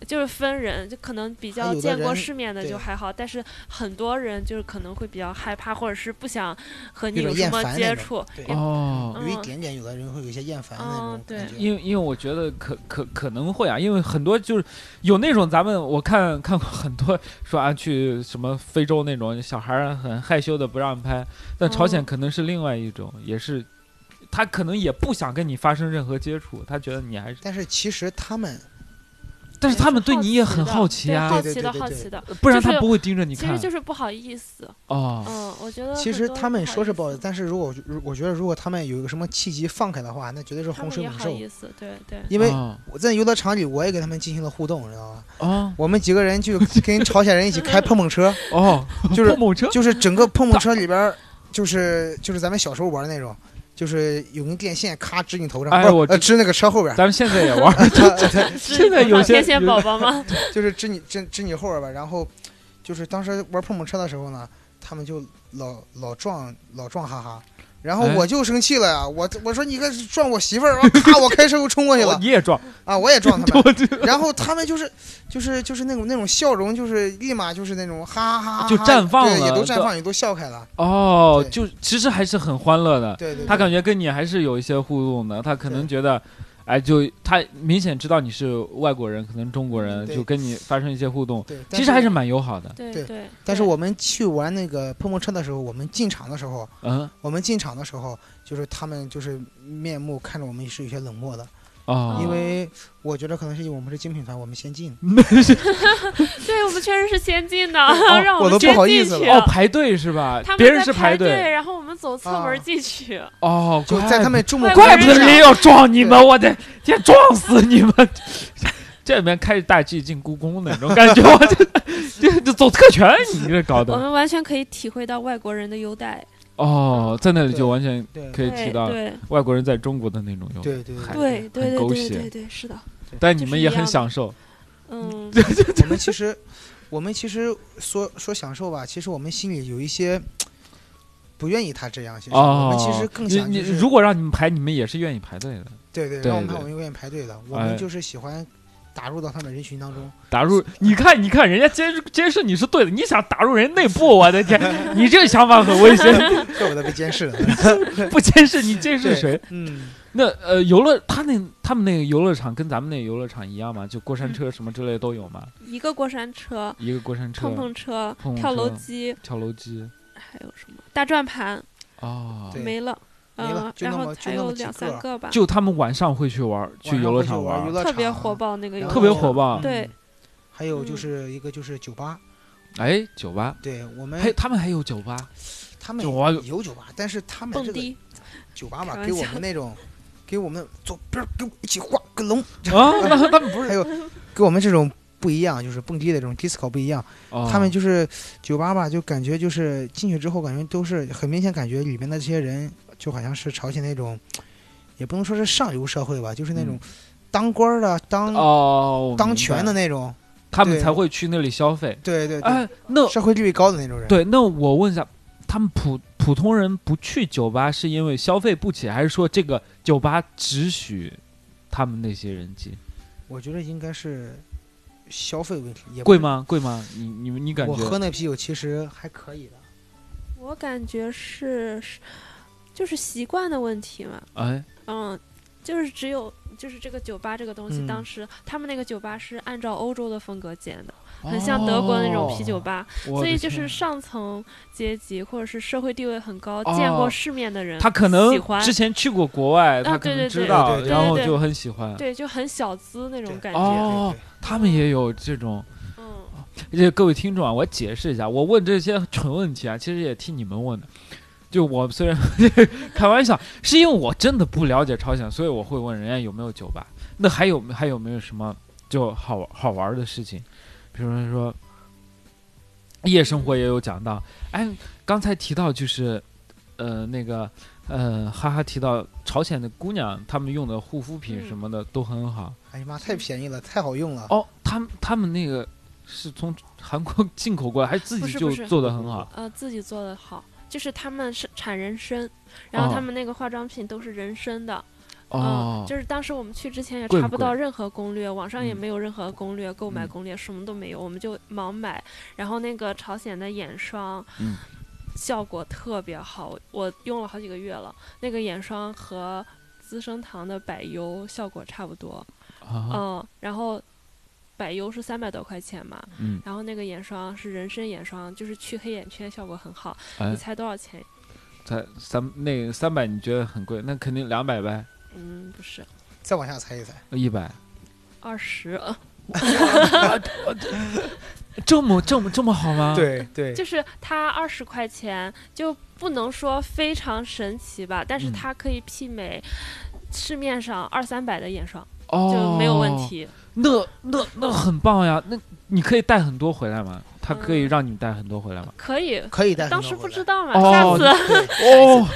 就是分人，就可能比较有的见过人世面的就对还好，但是很多人就是可能会比较害怕，或者是不想和你有有种什厌么烦接那种触。对也哦。嗯有一点点，有的人会有一些厌烦的那哦种对感觉。因为因为我觉得可可可能会啊，因为很多就是有那种咱们我看看过很多说啊去什么非洲那种小孩儿很害羞的不让拍，但朝鲜哦可能是另外一种，也是他可能也不想跟你发生任何接触，他觉得你还是，但是其实他们但是他们对你也很好好奇的啊，对好奇的，对对对好对奇的。不然就是他不会盯着你其看实就是不好意思，哦。嗯，我觉得其很实多他们好说意是不好意思思，但是如果如我觉得如果他们有一个什么契机放开的话，那绝对是他洪们水也猛好兽。意思，对 (laughs) 对。因为 (laughs) 哦我在游乐场里，我也跟他们进行了互动，你知道吗？哦我们几个人就跟朝鲜人一起开碰碰车， (laughs) 哦，就是碰碰 (laughs) 车就是整个碰碰车里边儿，就是就是咱们小时候玩的那种，就是有根电线咔支你头上，哎不我呃知支那个车后边儿，咱们现在也玩儿 (laughs) 是现在碰有到些天线有宝宝吗？就是支你支支你后边儿吧。然后就是当时玩碰碰车的时候呢，他们就老老撞老撞哈哈。然后哎我就生气了呀！我我说你个撞我媳妇儿，然 (laughs) 后咔，我开车又冲过去哦了你也 (laughs) 撞，啊！我也撞他们，我就 (laughs) 然后他们就是就是就是那种那种笑容，就是立马就是那种哈哈哈哈，就绽放对也了都绽都放，也都笑开了。哦，对就其实还是很欢乐的。对对，他对感觉跟你还是有一些互动的，他可能觉得，哎，就他明显知道你是外国人，可能中国人，嗯对就跟你发生一些互动，对，但其实还是蛮友好的。对对对。但是我们去玩那个碰碰车的时候，我们进场的时候，嗯，我们进场的时候，就是他们就是面目看着我们是有些冷漠的，哦，因为我觉得可能是因为我们是精品团，我们先进。嗯对我们确实是先进的，哦 (laughs) 让我们都不先好进意去。思哦，排队是吧他？们别人在是排队，然后我们走侧啊门进去。哦，就怪在他们众目不外得怪国不人得这人样要撞你们，对我的天，撞死你们！ (laughs) 这里面开着大 G 进故宫那种感觉，我这 (laughs) 这这走特权，你这搞我的们完全可以体会到外国人的优待，哦，在那里就对完全对可以提到对外国人在中国的那种优对对嗨对对对很狗对血对对对，是的，但就你是们一也样很的享受 (laughs) 嗯， (laughs) 我们其实，我们其实说说享受吧，其实我们心里有一些不愿意他这样。其实、哦。我们其实更想你就你是如果让你们排，你们也也是愿意排队的。对对，对让我们对看我们永远排队的，我哎们就是喜欢打入到他们人群当中。 (laughs) 打入，你看，你看，人家监视监视你是对的，你想打入人内部，我的 (laughs) 天，你这个想法很危险。怪不得被监视 (laughs) 了。不监视你监视对谁？？嗯，那呃，游乐他那他们那个游乐场跟咱们那个游乐场一样吗？就过山车什么之类都有吗？一个过山车、一个过山 (laughs) 车、碰碰车、碰碰跳楼车机，跳楼机还有什么大转盘啊，对没了，没了嗯，就然那后么就还那有么几两个三个吧，就他们晚上会去玩，去游乐场晚上啊会去玩，游乐场特别火，爆那个然游后特别乐火爆对嗯还有就嗯是一个就是酒吧，哎，酒吧，对我们还有他们还有酒 (laughs) 吧，他们酒吧有酒吧，但是他们这蹦个迪，酒吧开嘛，玩给我笑们那种，给我们左边给我一起画个龙，啊，那他们不是还有给我们这种不一样，就是蹦迪的这种 disco 不一样。 (laughs) 啊他们就是酒吧吧，就感觉就是进去之后，感觉都是很明显，感觉里面的这些人就好像是朝鲜那种，也不能说是上流社会吧，就是那种当官儿的、当、嗯哦当权的，那种，他们对才会去那里消费。对对对，哎，那社会地位高的那种人。对，那我问一下，他们普普通人不去酒吧是因为消费不起，还是说这个酒吧只许他们那些人进？我觉得应该是消费问题，也不贵是？吗？贵吗？你你你感我喝觉？那啤酒其实还可以的。我感觉是是就是习惯的问题嘛，哎，嗯，就是只有就是这个酒吧这个东西，嗯当时他们那个酒吧是按照欧洲的风格建的，很像德国那种啤酒哦，吧，所我以的就是天上层阶级或者是社会地位很高、哦见过世面的人，他可能喜欢之前去过国外，他啊可对能对知对道，对对对然后对就很喜欢。对，就很小资那种对感觉，哦对，他们也有这种。嗯， (laughs) 这各位听众啊，我解释一下，我问这些蠢问题啊，其实也替你们问的。就我虽然 (laughs) 开玩笑，是因为我真的不了解朝鲜，所以我会问人家有没有酒吧。那还有还有没有什么就好玩好玩的事情？比如说夜生活也有讲到，哎，刚才提到就是呃那个呃哈哈提到朝鲜的姑娘，她们用的护肤品嗯什么的都很好。哎呀妈，太便宜了，太好啊用了。哦，他们他们那个是从韩国 (laughs) 进口过来，还是自不己是就不是做的很好？呃，自己做的好，就是他们是产人参，然哦后他们那个化妆品都是人参的，哦嗯，，就是当时我们去之前也贵查不不贵到任何攻略，网上也嗯没有任何攻略，购买嗯攻略什么都没有，我们就盲买。然后那个朝鲜的眼霜，嗯效果特别好，我用了好几个月了。那个眼霜和资生堂的百优效果差不多，啊嗯，然后百优是三百多块钱嘛，嗯，然后那个眼霜是人参眼霜，就是去黑眼圈效果很好。哎你猜多少钱？才三那个三百你觉得很贵？那肯定两百呗，嗯，不是再往下猜一猜，一百，二十，这么这么这么好吗？，对对就是它二十块钱就不能说非常神奇吧，但是嗯它可以媲美市面上二三百的眼霜，哦，就没有问。题。那那那很棒呀！那你可以带很多回来吗？他可以嗯让你带很多回 (laughs) 来吗？可以，可以带很多当回来。时不知道嘛，哦下次 (laughs) 哦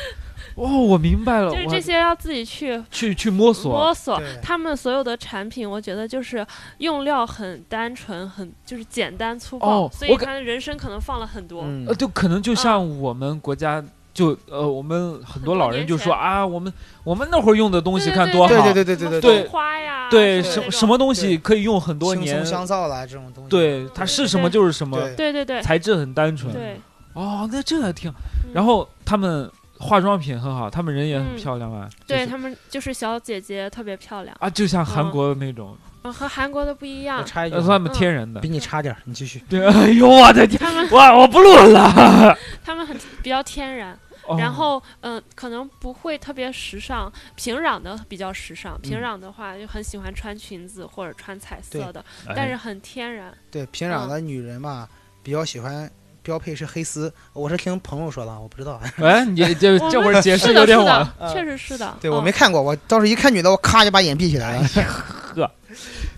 哦，我明白了，就是我这些要自己去去去摸索摸索。对他们所有的产品，我觉得就是用料很单纯，很就是简单粗暴，哦所我以感它人参可能放了很多。嗯呃，，就可能就像我们国家，就呃，我们很多多老年人就说前啊，我们我们那会儿用的东西对对看对多好，对对对对对什么对对豆花呀，对是什什么那什种么东西对可以用很多青年松，香皂啦这种东西。对，它对是对什么对就是什么，对，对对对材质很单纯。对，哦，那这还挺好。嗯然后他们化妆品很好，他们人也很嗯漂亮啊，就对是他们就是小姐姐特别漂亮，啊，就像韩嗯国那种，啊，和韩国的不一我样。插一句呃，他啊，们嗯天然的比。你差点儿，你继续。对，哎呦我的天，他们哇，我不录 (laughs) 了。他们很比较天然，哦然后嗯、呃可能不会特别时尚，平壤的比较时嗯尚。平壤的话就很喜欢穿裙子或者穿彩色的，但是哎很天然。对，平壤嗯的女人嘛，比较喜欢标配是黑丝，我是听朋友说的啊，我不知道。哎，你这我这们会儿解释是有的，点是晚。的，确实是的。对，我嗯没看过，我当时一看女的，我咔就把眼闭起 (laughs) 来了。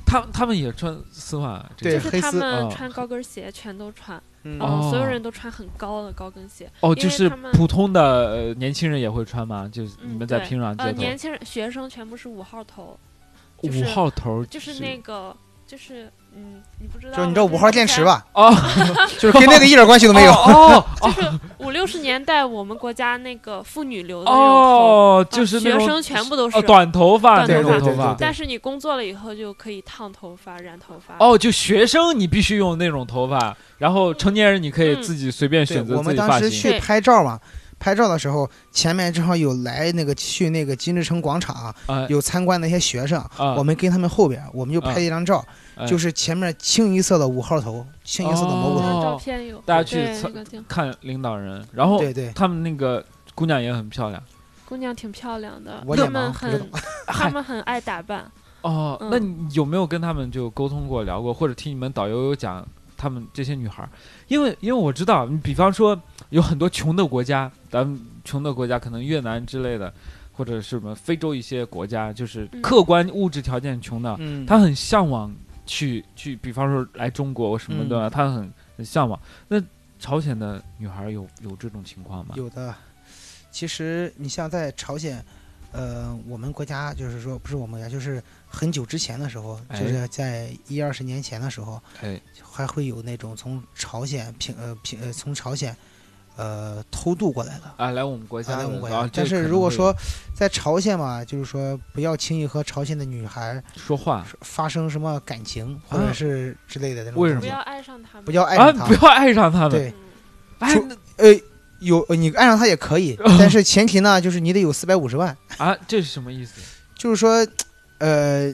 他他们也穿丝袜啊，这对个就是黑他哦丝们穿高跟鞋全都穿，嗯嗯，所有哦人都穿很高的高跟鞋，哦，因就为是他们普通的、呃、年轻人也会穿吗？就是嗯你们在对平壤呃，街年头，轻人学生全部是五号头，五、就是号头就是那个就是嗯，你不知道，就是你知道五号电池？吧？哦， (laughs) (laughs) 就是跟那个一点关系都没有。哦就是五六十年代我们国家那个妇女留的那种头 (laughs) 哦，啊就是那学种生全部都是哦，短头发那短头种发头发对。但是你工作了以后就可以烫头发、染头发。，哦，就学生你必须用那种头发，然后成年人你可以嗯自己随便对， (laughs) 选择我自们己当发时型。去对拍照嘛，拍照的时候前面正好有来那个去那个金日成广场啊有参观的一些学生，啊我们跟他们后边，我们就啊拍一张照，哎就是前面清一色的五号头，清一色的蘑菇头。哦照片有大家去对参那个镜看领导人，然后对对，他们那个姑娘也很漂亮。姑娘挺漂亮的，我她脸盲们不 (laughs) 知道很，她们很爱打扮。哦，嗯那你有没有跟他们就沟通过、聊过，或者听你们导游有讲他们这些女孩儿？因为因为我知道，你比方说有很多穷的国家，咱们穷的国家可能越南之类的，或者是什么非洲一些国家，就是嗯客观物质条件穷的，嗯，哦他很向往去去，比方说来中国什么嗯的，他很很向往。那朝鲜的女孩儿有有这种情况吗？有的。其实你像在朝鲜，呃，我们国家就是说不是我们国家，就是很久之前的时候，哎就是在一二十年前的时候，哎，还会有那种从朝鲜平呃平呃从朝鲜呃偷渡过来的。啊，来我们国家啊，的，来我们国啊家，这但可是能如果会说在朝鲜嘛，就是说不要轻易和朝鲜的女孩说话发生什么感情或者啊是之类的那种为东不西要，爱上她们。不要爱啊，上她嗯不。要爱上他们。对，嗯哎，除那呃，有呃你爱上她也 (laughs) 可以，但是前提呢，就是你得有四百五十万。啊，这是什么意思？就是说，呃，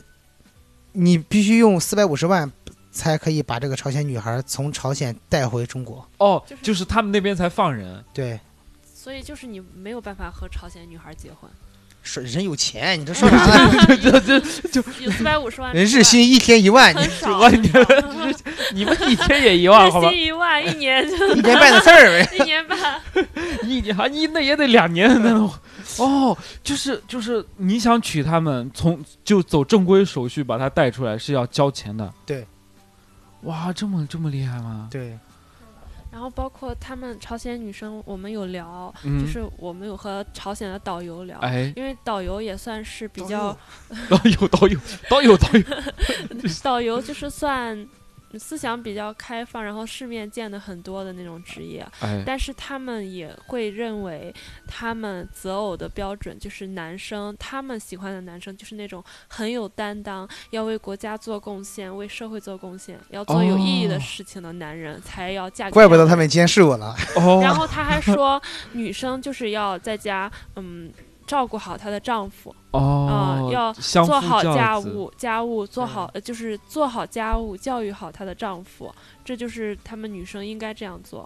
你必须用四百五十万才可以把这个朝鲜女孩从朝鲜带回中国。哦就是，就是他们那边才放人。对，所以就是你没有办法和朝鲜女孩结婚， (laughs) 说人有钱，你这 (laughs) 说啥呢？啊这这就有四百五十万人日薪一天一万，很你少，我很你少们你们一天也一万，好日吧？薪一万一 (laughs) 年就一年半的事 (laughs) 儿。一年半，一年啊，你那也得两年才能。哦，就是就是，你想娶他们，从就走正规手续把她带出来是要交钱的。对。哇，这么这么厉害吗？对，然后包括他们朝鲜女生，我们有聊，嗯，就是我们有和朝鲜的导游聊，哎，因为导游也算是比较导游导游导游导 (laughs) 游，导游就是算思想比较开放，然后世面见的很多的那种职业，啊哎，但是他们也会认为他们择偶的标准就是男生，他们喜欢的男生就是那种很有担当，要为国家做贡献，为社会做贡献，要做有意义的哦事情的男人才要嫁给。怪不得他。们监视我了。然哦，后他还说，女生就是要在家，嗯。照顾好她的丈夫，哦，嗯要相做夫好教家子，务，家务做好，呃就是做好家务，教育好她的丈夫，这就是她们女生应该这样做。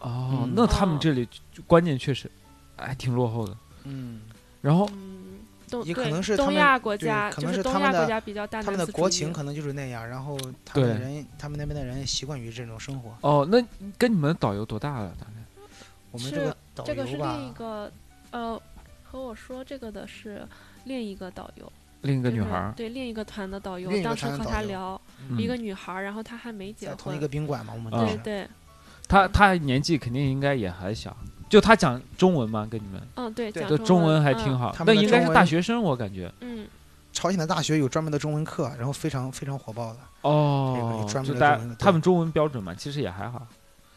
哦，嗯那他们嗯这里就观念确实还挺落后的。嗯，然后嗯，东也可对能是他东们亚国对家，可就能是东他亚们国的家比较大他们男的子国主义情可能就是那样，然后他们的对人，他们那边的人习惯于这种生活。哦，那跟你们导游多大了？大概我们是这个导这个游是吧，另一个呃，和我说这个的是另一个导游，另一个就女是孩儿，对另一个团的导游另一，个当时团的和导他游聊嗯一个女孩儿，然后她还没结在同婚一个，嗯宾馆嘛，我们啊当对时。对，她她年纪肯定应该也还小，就她讲中文嘛，跟你们嗯对，对讲嗯就中文还挺好，好他，那们的应该中是文大学生，我感觉嗯，朝鲜的大学有专门的中文课，然后非常非常火爆的。哦对专，门就的大中文的对他们中文标准嘛，其实也还好，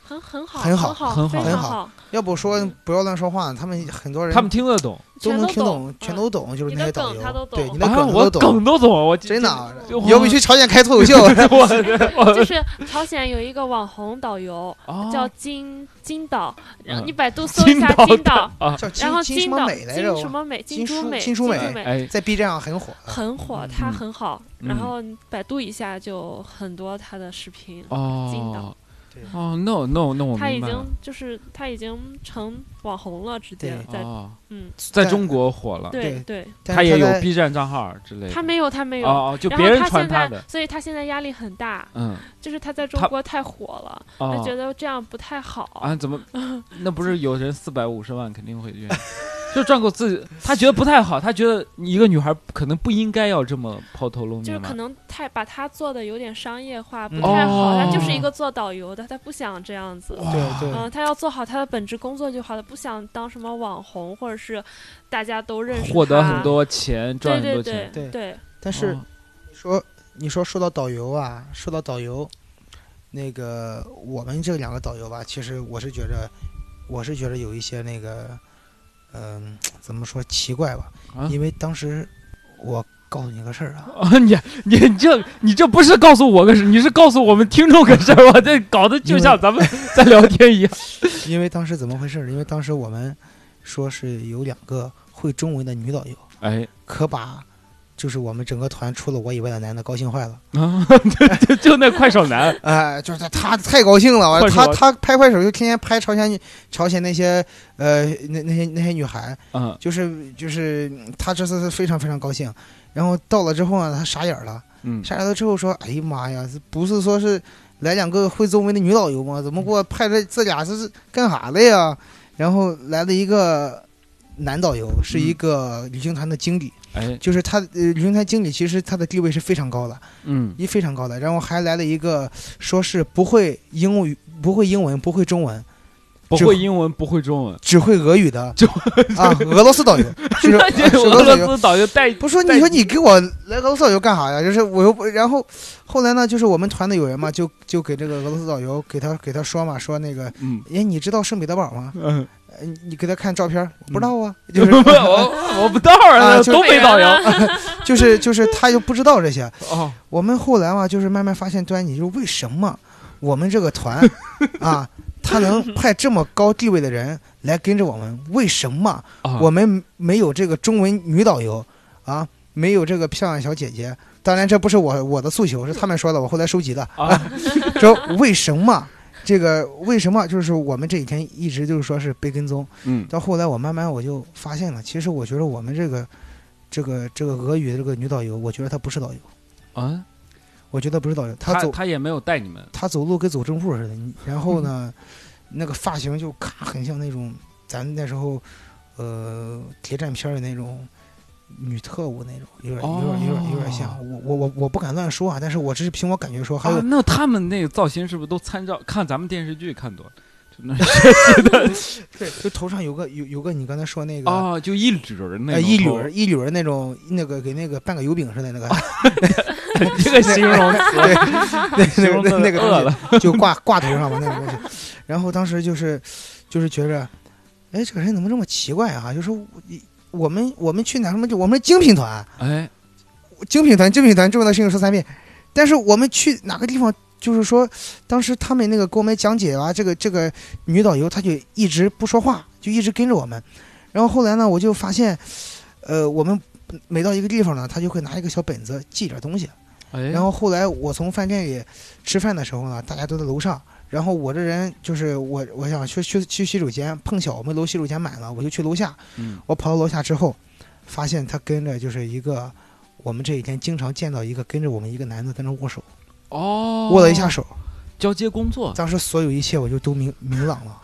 很很好，很好好，很非好很常好好，要不说不要乱说话，他们很多人他们听得懂都嗯全能都听懂懂，，嗯全都懂，就你是那的些导梗游他都，对懂你的啊，梗我都懂，梗都懂，我真的啊。这就你要不去朝鲜开脱口 (laughs) 秀？我 (laughs) 就是朝鲜有一个网红导游哦叫金金导，然后嗯你百度搜一下金导金导，啊，叫然后金金什么导美来着？金什么美，金珠舒美，金舒珠美美，哎，在 B 站上很火。很火，嗯它嗯很好，嗯然后你百度一下就很多它的视频，金哦导对，哦，no no no，我它已明白了哦经，就是它已经成网红了，直接对在哦，嗯，在在中国火了，对对，但他是也他有在 B 站账号之类的，他没有他没有，哦哦，就然别后人他传现他在的，，所以他现在压力很大，嗯，就是他在中他国太火了，他哦觉得这样不太好，啊，怎 (laughs) 么？那不是有人四百五十万肯定会愿意，就赚够自己，他觉得不太好，他觉得一个女孩可能不应该要这么抛头露就是面嘛可。能太把他做的有点商业化，不嗯太好，他就是哦一个做导游的，他不想这样子，对对嗯，他要做好他的本职工作就好了，不想当什么网红，或者是大家都认识他，获得很多钱，赚对很多对钱对。对对但是哦说你说说到导游啊，说到导游，那个我们这两个导游吧，其实我是觉着，我是觉着有一些那个，嗯、怎么说奇怪吧？啊因为当时我告诉你个事 (laughs) 儿啊，啊，你你这你这不是告诉我个事，你是告诉我们听众个事儿，我 (laughs) 这搞得就像 (laughs) 咱们在聊天一样。因为当时怎么回事儿？因为当时我们说是有两个会中文的女导游，哎，可把就是我们整个团除了我以外的男的高兴坏了。啊，就就那快手 (laughs) 男，哎，就是他，他太高兴了，快我手他啊他拍快手就天天拍朝鲜女朝鲜那些呃那那些那些女孩，嗯，就是就是嗯他这次是非常非常高兴，然后到了之后呢，他傻眼了，嗯傻眼了之后说，哎呀妈呀，这不是说是来两个会中文的女导游吗？怎么给我派这这俩这是干啥的呀？然后来了一个男导游，是一个旅行团的经理，哎，就是他呃旅行团经理其实他的地位是非常高的。嗯，一非常高的，然后还来了一个说是不会英语、不会英文、不会中文，不这会英文，不会中文，只会俄语的就啊，俄罗斯导游， (laughs) 就是啊是俄俄罗罗斯导游。斯导游带不是说你说你给我来俄罗斯导游干啥呀？就是我又不，然后后来呢，就是我们团的有人嘛，就就给这个俄罗斯导游给他给他说嘛，说那个， (laughs) 嗯哎，你知道圣彼得堡吗？嗯，呃你给他看照片，我不知嗯道啊，就就是是 (laughs) 我我不道啊啊，就是东北导游就是就是他就不知道这些，哦，我们后来嘛，就是慢慢发现端倪，就是为什么我们这 (laughs) 个团啊，他能派这么高地位的人来跟着我们？为什么啊我们没有这个中文女导游啊？没有这个漂亮小姐姐？当然，这不是我我的诉求，是他们说的，我后来收集的。啊，说为什么？这个为什么就是我们这几天一直就是说是被跟踪，嗯到后来我慢慢我就发现了，其实我觉得我们这个这个这个俄语的这个女导游，我觉得她不是导游，啊，我觉得不是导游，她他走他也没有带你们，他走路跟走正步似的。 (laughs) 你然后呢，那个发型就咔，很像那种咱那时候呃谍战片儿的那种女特务那种，有点有点有哦点有点像。我我我我不敢乱说啊，但是我只是凭我感觉说，还有、啊，那他们那个造型是不是都参照看咱们电视剧看多了？就那 (laughs) 对，就头上有个有有个你刚才说那个。啊，就一缕儿那呃，种一缕头儿，一缕儿那种，那个给那个半个油饼似的那个，这 (laughs) 个形容词，对，形容那得那那个饿东了西就挂挂头上嘛，那个东西。然后当时就是就是觉着，哎，这个人怎么这么奇怪啊？就说我我们我们去哪什么，我们是精品团，哎，精品团，精品团，重要的事情说三遍。但是我们去哪个地方，就是说，当时他们那个给我们讲解啊，这个这个女导游她就一直不说话，就一直跟着我们。然后后来呢，我就发现，呃，我们每到一个地方呢，她就会拿一个小本子记点东西。哎，然后后来我从饭店里吃饭的时候呢，大家都在楼上，然后我这人就是我我想去去去洗手间，碰巧我们楼洗手间满了，我就去楼下。嗯我跑到楼下之后，发现他跟着就是一个我们这几天经常见到一个跟着我们一个男的在那握手，哦，握了一下手。交接工 (laughs) 作，当时所有一切我就都明明朗了，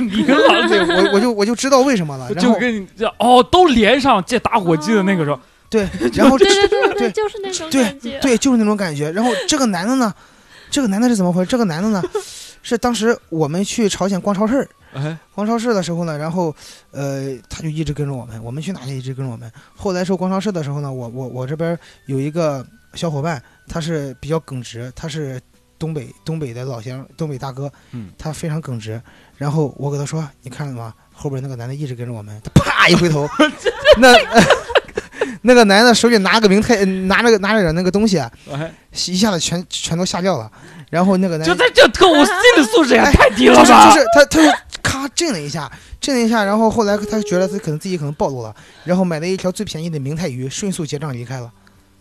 你跟老对我我就我就知道为什么了。(laughs) 然就后跟你这哦，都连上这打火机的那个时候，对，然 (laughs) 后对对对对对，就是那种对感觉。对，就是那种感觉。然后这个男的呢，这个男的是怎么回事？这个男的呢，是当时我们去朝鲜逛超市儿。哎，逛超市的时候呢，然后呃，他就一直跟着我们，我们去哪里一直跟着我们。后来说逛超市的时候呢，我我我这边有一个小伙伴，他是比较耿直，他是东北东北的老乡，东北大哥，嗯，他非常耿直。然后我给他说，你看了吗？后边那个男的一直跟着我们，他啪一回头，那。 (laughs) 那个男的手里拿个明太，拿着个拿着点那个东西啊，哎，一下子全全都吓掉了。然后那个男就在这特务心理素质也太低了哎就是吧就？是他他就咔震了一下，震了一下，然后后来他觉得他可能自己可能暴露了，然后买了一条最便宜的明太鱼，迅速结账离开了。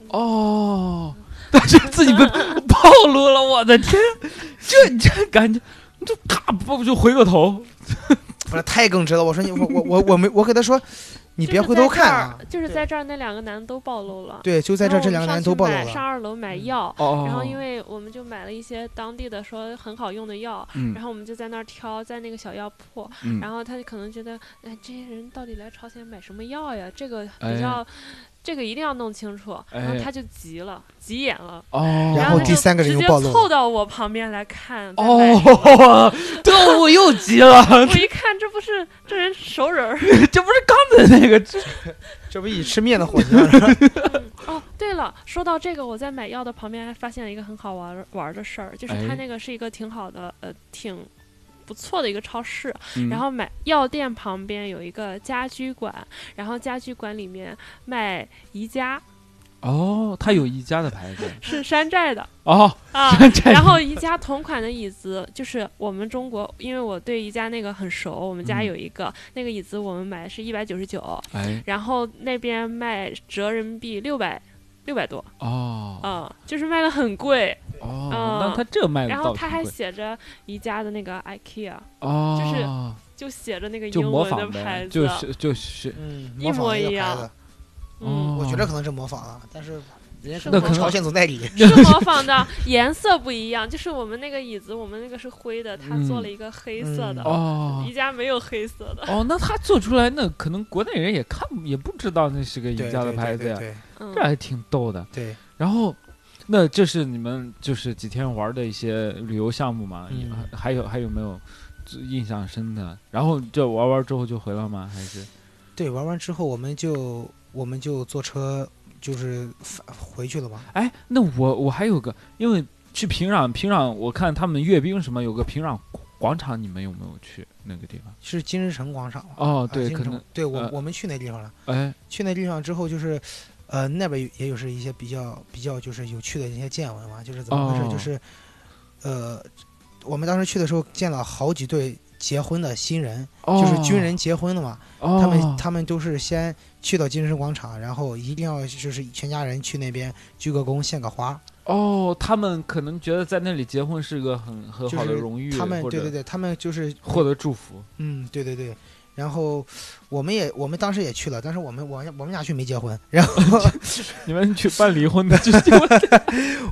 哦，但是自己被暴露了，我的 (laughs) 天，这这感觉。就咔，不就回个头？不是太耿直了，我说你我我我我没我给他说，你别回头看啊。就是在这儿那两个男的都暴露了，对，就在这儿，这两个男人都暴露然后我们上去买上二了。嗯楼买药，哦，然后因为我们就买了一些当地的说很好用的药，嗯然后我们就在那儿挑，在那个小药铺，嗯然后他就可能觉得，哎，这些人到底来朝鲜买什么药呀？这个哎比较，这个一定要弄清楚。然后哎他就急了，急眼了。哦，然后后他第就三个人直又接暴露了凑到我旁边来看，在买什么哦，特务又 (laughs) 急了， (laughs) 我一看，这不是这人熟人儿，这不是刚才那个，这这不一起吃面的 (laughs) 伙计吗？哦，对了，说到这个，我在买药的旁边还发现了一个很好玩儿玩儿的事儿，就是它哎那个是一个挺好的，呃，挺不错的一个超市。嗯然后买药店旁边有一个家居馆，然后家居馆里面卖宜家，嗯哦，它有宜家的牌子是山 (laughs) 寨的哦，啊。这然后宜家同款的椅子，就是我们中国，因为我对宜家那个很熟，我们家嗯有一个、那个椅子，我们买的是一百九十九，哎然后那边卖折人民币六百六百多，哦嗯，就是卖的很贵。哦，嗯那它这卖的然到后底他还贵写着宜家的那个 IKEA，哦，就写着那个就英模文的仿牌呗，子，就是就是嗯，一模模仿一个一样牌子，嗯，哦我觉得可能是模仿了，但是人家是那可能朝鲜总代理，是模仿的，颜色不一样。就是我们那个椅子，我们那个是灰的，他做了一个黑色的，哦宜家没有黑色 (laughs) 的，哦，那他做出来那可能国内人也看也不知道那是个宜对家的对牌子对呀，对嗯这，还挺逗的。对，然后，那这是你们就是几天玩的一些旅游项目嘛？嗯还还有还有没有最印象深的？然后这玩完之后就回了吗？还是对，玩完之后我们就我们就坐车就是返回去了嘛。哎，那我我还有个，因为去平壤，平壤我看他们阅兵什么有个平壤广场，你们有没有去那个地方？是金日成广场嘛？哦，啊对，金日可成能对我、呃我们去那地方了。哎去那地方之后就是，呃，那边有也有是一些比较比较就是有趣的一些见闻嘛，就是怎么回事？哦就是，呃，我们当时去的时候见了好几对结婚的新人，哦，就是军人结婚的嘛。哦，他们他们都是先去到金日成广场，然后一定要就是全家人去那边鞠个躬献个花。哦，他们可能觉得在那里结婚是个很很就好的是荣誉，他们或对者对对，他们就是获得祝福。嗯，对对对。然后我们也我们当时也去了，但是我们我我们俩去没结婚。然后你们去办离婚的，就是，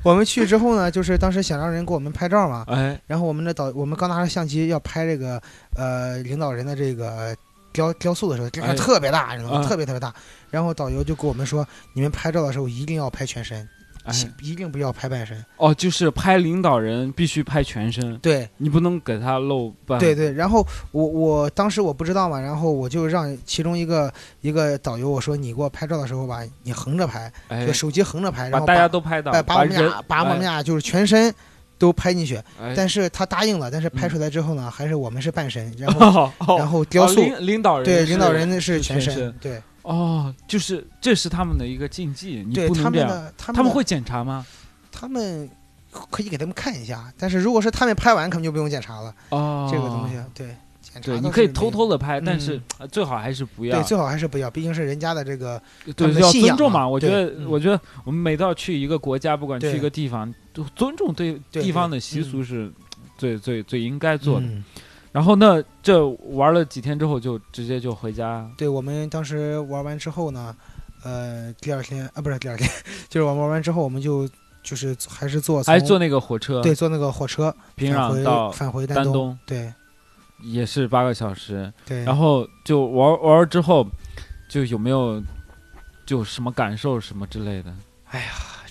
我们去之后呢，就是当时想让人给我们拍照嘛 (laughs) 哎然后我们的导我们刚拿着相机要拍这个呃领导人的这个呃雕雕塑的时候，这哎个特别大，你知道吗？啊特别特别大。然后导游就跟我们说，你们拍照的时候一定要拍全身，哎啊请一定不要拍半身。哦，就是拍领导人必须拍全身，对，你不能给他露半。对对，然后我我当时我不知道嘛，然后我就让其中一个一个导游我说你给我拍照的时候吧，你横着拍，哎就，手机横着拍，然把后大家都拍到，哎把我们人俩把我们俩就是全身都拍进去，哎 (laughs) 但是他答应了，但是拍嗯出来之后呢，还是我们是半身，然后哦哦然后雕哦塑领领导人是对领导人是是全全身身，对哦，就是这是他们的一个禁忌，你对不他能这们样。的他他们们的会检查吗？他们可以给他们看一下，但是如果是他们拍完，可能就不用检查了，哦，这个东西对检查对，你倒可以是没偷有偷的拍，但嗯是呃最好还是不要对，。最好还是不要，毕竟是人家的这个他对，们的要信尊仰重嘛嘛。我觉对得，嗯我觉得我们每到去一个国家，不管去对一个地方，都尊重对对地方对的习嗯俗是最最最应该做的。嗯然后呢，这玩了几天之后，就直接就回家。对我们当时玩完之后呢，呃，第二天啊，不是第二天，就是我们玩完之后，我们就就是还是坐从还坐那个火车，对坐那个火车平返壤回到返回丹东，东对也是八个小时。对，然后就玩玩完之后，就有没有就什么感受什么之类的？哎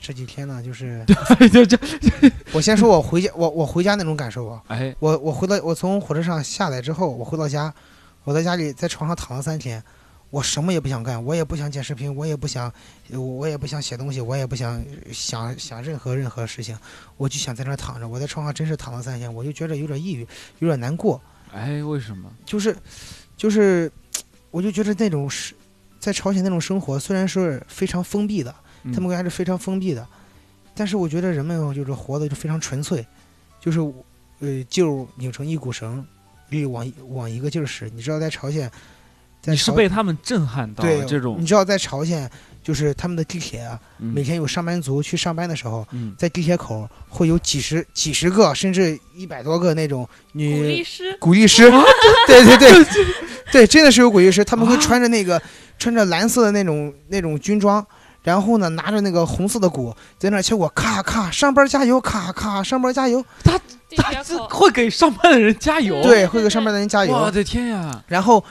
这几天 (laughs) 呢，就是就这， (laughs) 我先说我回家，我我回家那种感受啊，哎，我我回到我从火车上下来之后，我回到家，我在家里在床上躺了三天。我什么也不想干，我也不想剪视频，我也不想，我我也不想写东西，我也不想想想任何任何事情，我就想在那儿躺着。我在床上真是躺了三天，我就觉得有点抑郁，有点难过，哎，为什么？就是就是，我就觉得那种是在朝鲜那种生活，虽然是非常封闭的，嗯他们国家是非常封闭的，但是我觉得人们就是活的就非常纯粹，就是呃就拧成一股绳，力往往一个劲儿使。你知道在朝鲜，在你是朝被他们震撼到对了这种你？知道在朝鲜就是他们的地铁啊，嗯每天有上班族去上班的时候，嗯，在地铁口会有几十几十个甚至一百多个那种鼓女励师，古力师，对对对对，真的是有古力师，他们会穿着那个、穿着蓝色的那种那种军装，然后呢拿着那个红色的鼓在那儿敲鼓，咔咔上班加油，咔咔上班加油，地他铁这口，会给上班的人加油。对对，会给上班的人加我油。的天呀！然后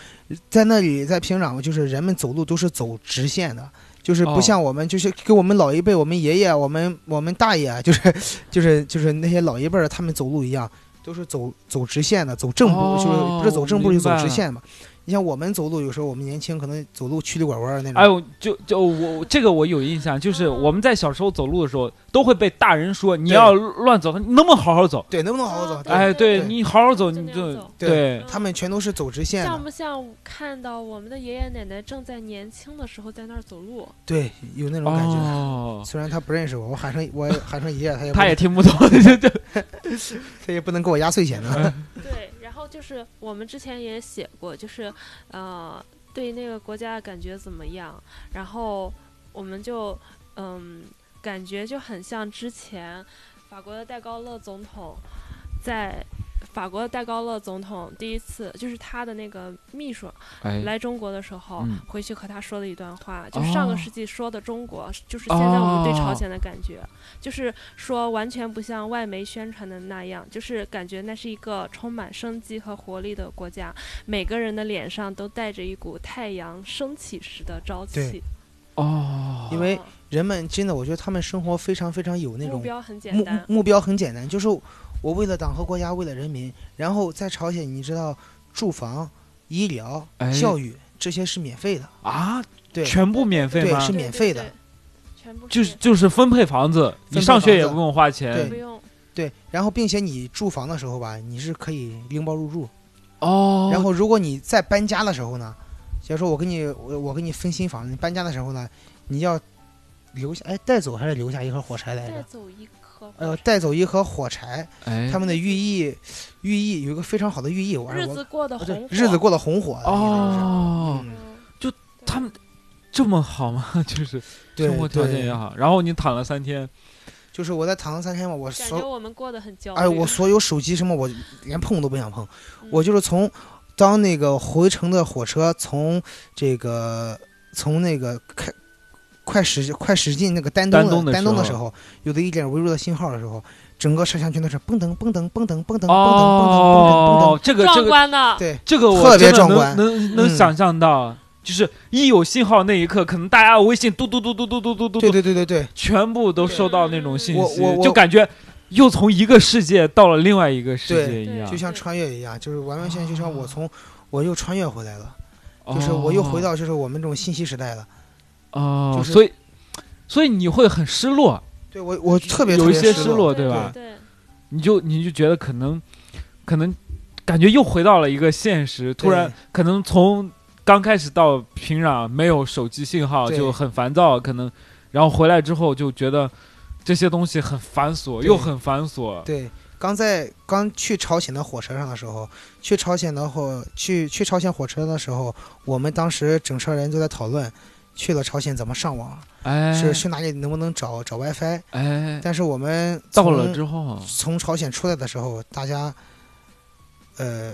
在那里在平壤，就是人们走路都是走直线的。就是哦不像我们，就是跟我们老一辈、我们爷爷、我们我们大爷，啊就是就是就是那些老一辈儿，他们走路一样，都是走走直线的，走正步，哦就是不是走正步就走明白直了线嘛。你像我们走路，有时候我们年轻可能走路曲里拐弯儿那种。哎呦，就就我这个我有印象，就是我们在小时候走路的时候，都会被大人说你对要乱走，你能不能好好走？对，能不能好好走？对哎，对对你好好走，就你那样就走。对对他们全都是走直线啊像的，不像看到我们的爷爷奶奶正在年轻的时候在那儿走路？对，有那种感觉。哦，虽然他不认识我，我喊上我喊上爷爷，他也不他也听不懂，就 (laughs) 就他也不能给我压岁钱嗯呢。对，然后就是我们之前也写过，就是呃，对那个国家的感觉怎么样？然后我们就嗯，感觉就很像之前法国的戴高乐总统在。法国的戴高乐总统第一次就是他的那个秘书哎来中国的时候，嗯回去和他说的一段话，就是上哦个世纪说的中国，就是现在我们对朝鲜的感哦觉，就是说完全不像外媒宣传的那样，就是感觉那是一个充满生机和活力的国家，每个人的脸上都带着一股太阳升起时的朝气对。哦，因为啊人们真的，我觉得他们生活非常非常有那目种标很简目单，目标很简单，就是我为了党和国家，为了人民。然后在朝鲜，你知道住房、医疗、哎教育这些是免费的，啊，对全部免费对吗是？对免费的，对对全部就是就是分配房子，分你配上学也房子不用花免费钱不用对。然后，并且你住房的时候吧，你是可以拎包入住。哦。然后，如果你在搬家的时候呢，假如说我给你我我给你分新房，你搬家的时候呢，你要留下哎带走还是留下一盒火柴来带着？走一颗火哎呃，柴。带走一盒火柴，哎他们的寓意寓意有一个非常好的寓意，我日我子过得啊对红火，日子过得红火的意思就是哦，嗯嗯他们这么好吗？ (laughs) 就是对生活条件对也好，然后你躺了三天，就是我在躺了三天嘛，我感觉所我们过得很焦虑。哎我所有手机什么我连碰都不想碰，嗯我就是从当那个回程的火车从这个从那个开。快驶快驶进那个丹丹东东的的丹东的时时候，有的一点微弱的信号的时候，整个摄像圈都是蹦噔蹦噔蹦噔蹦噔蹦噔蹦噔蹦哦噔，，这个这壮个观呢对，这个我特真别的壮观能能能嗯想象到，就是一有信号那一刻，可能大家微信嘟嘟嘟嘟嘟嘟嘟嘟对嘟，对对对对，全部都收到那种信我我息，我就感觉又从一个世界到了另外一个世界一样就对，像穿越一样，就是完完全全就像我从我又穿越回来了，哦就是我又回到就是我们这种信息时代了。哦，就是所以所以你会很失落，对我我特别有特一别些失失落对吧对，你就你就觉得可能可能感觉又回到了一个现实，突然可能从刚开始到平壤没有手机信号对就很烦躁，可能然后回来之后就觉得这些东西很繁琐，对又很繁琐。对，刚在刚去朝鲜的火车上的时候，去朝鲜的火去去朝鲜火车的时候，我们当时整车人都在讨论，去了朝鲜怎么上网，哎，是去哪里能不能找找 WiFi。哎，但是我们到了从之后，从朝鲜出来的时候，大家，呃，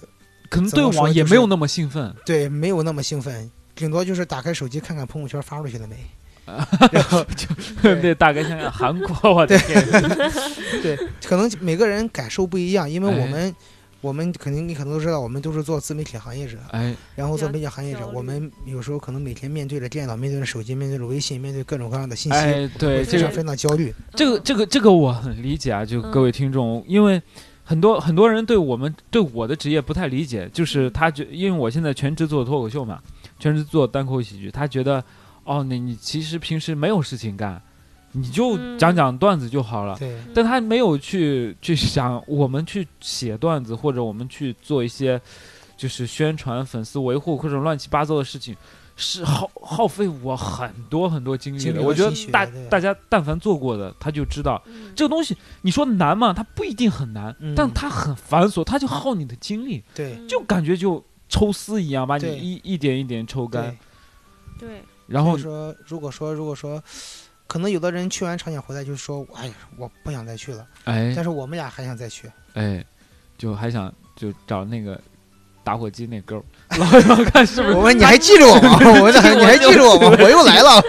可能怎对么说网也就是没有那么兴奋。对，没有那么兴奋，顶多就是打开手机看看朋友圈发出去了没啊。然后对 (laughs) 对，大概想想韩国，我的天， (laughs) 对，可能每个人感受不一样，因为我哎们、我们肯定你可能都知道，我们都是做自媒体行业者，哎，然后做了媒体行业焦者，虑我们有时候可能每天面对着电脑、面对着手机、面对着微信、面对各种各样的信息，哎，对，会非这个常非常地焦虑。这个嗯这个这个我很理解啊，就嗯各位听众，因为很多很多人对我们对我的职业不太理解，就是嗯他觉，因为我现在全职做脱口秀嘛，全职做单口喜剧，他觉得哦，你你其实平时没有事情干，你就嗯讲讲段子就好了。对，但他没有去去想，我们去写段子，或者我们去做一些就是宣传、粉丝维护或者乱七八糟的事情，是耗耗费我很多很多精力精力的。和我觉心血得大对大家但凡做过的，他就知道嗯这个东西，你说难吗？它不一定很难，嗯但它很繁琐，它就耗你的精力，对，嗯就感觉就抽丝一样，把你对一一点一点抽干对。。对，然后所以说，如果说如果说，可能有的人去完朝鲜回来就说，哎呀，我不想再去了，哎但是我们俩还想 (laughs) 再去。哎，就还想就找那个打火机那勾儿，老要看是不是我问你还记着我 (laughs) 吗？我问你还记着我吗？我又来了。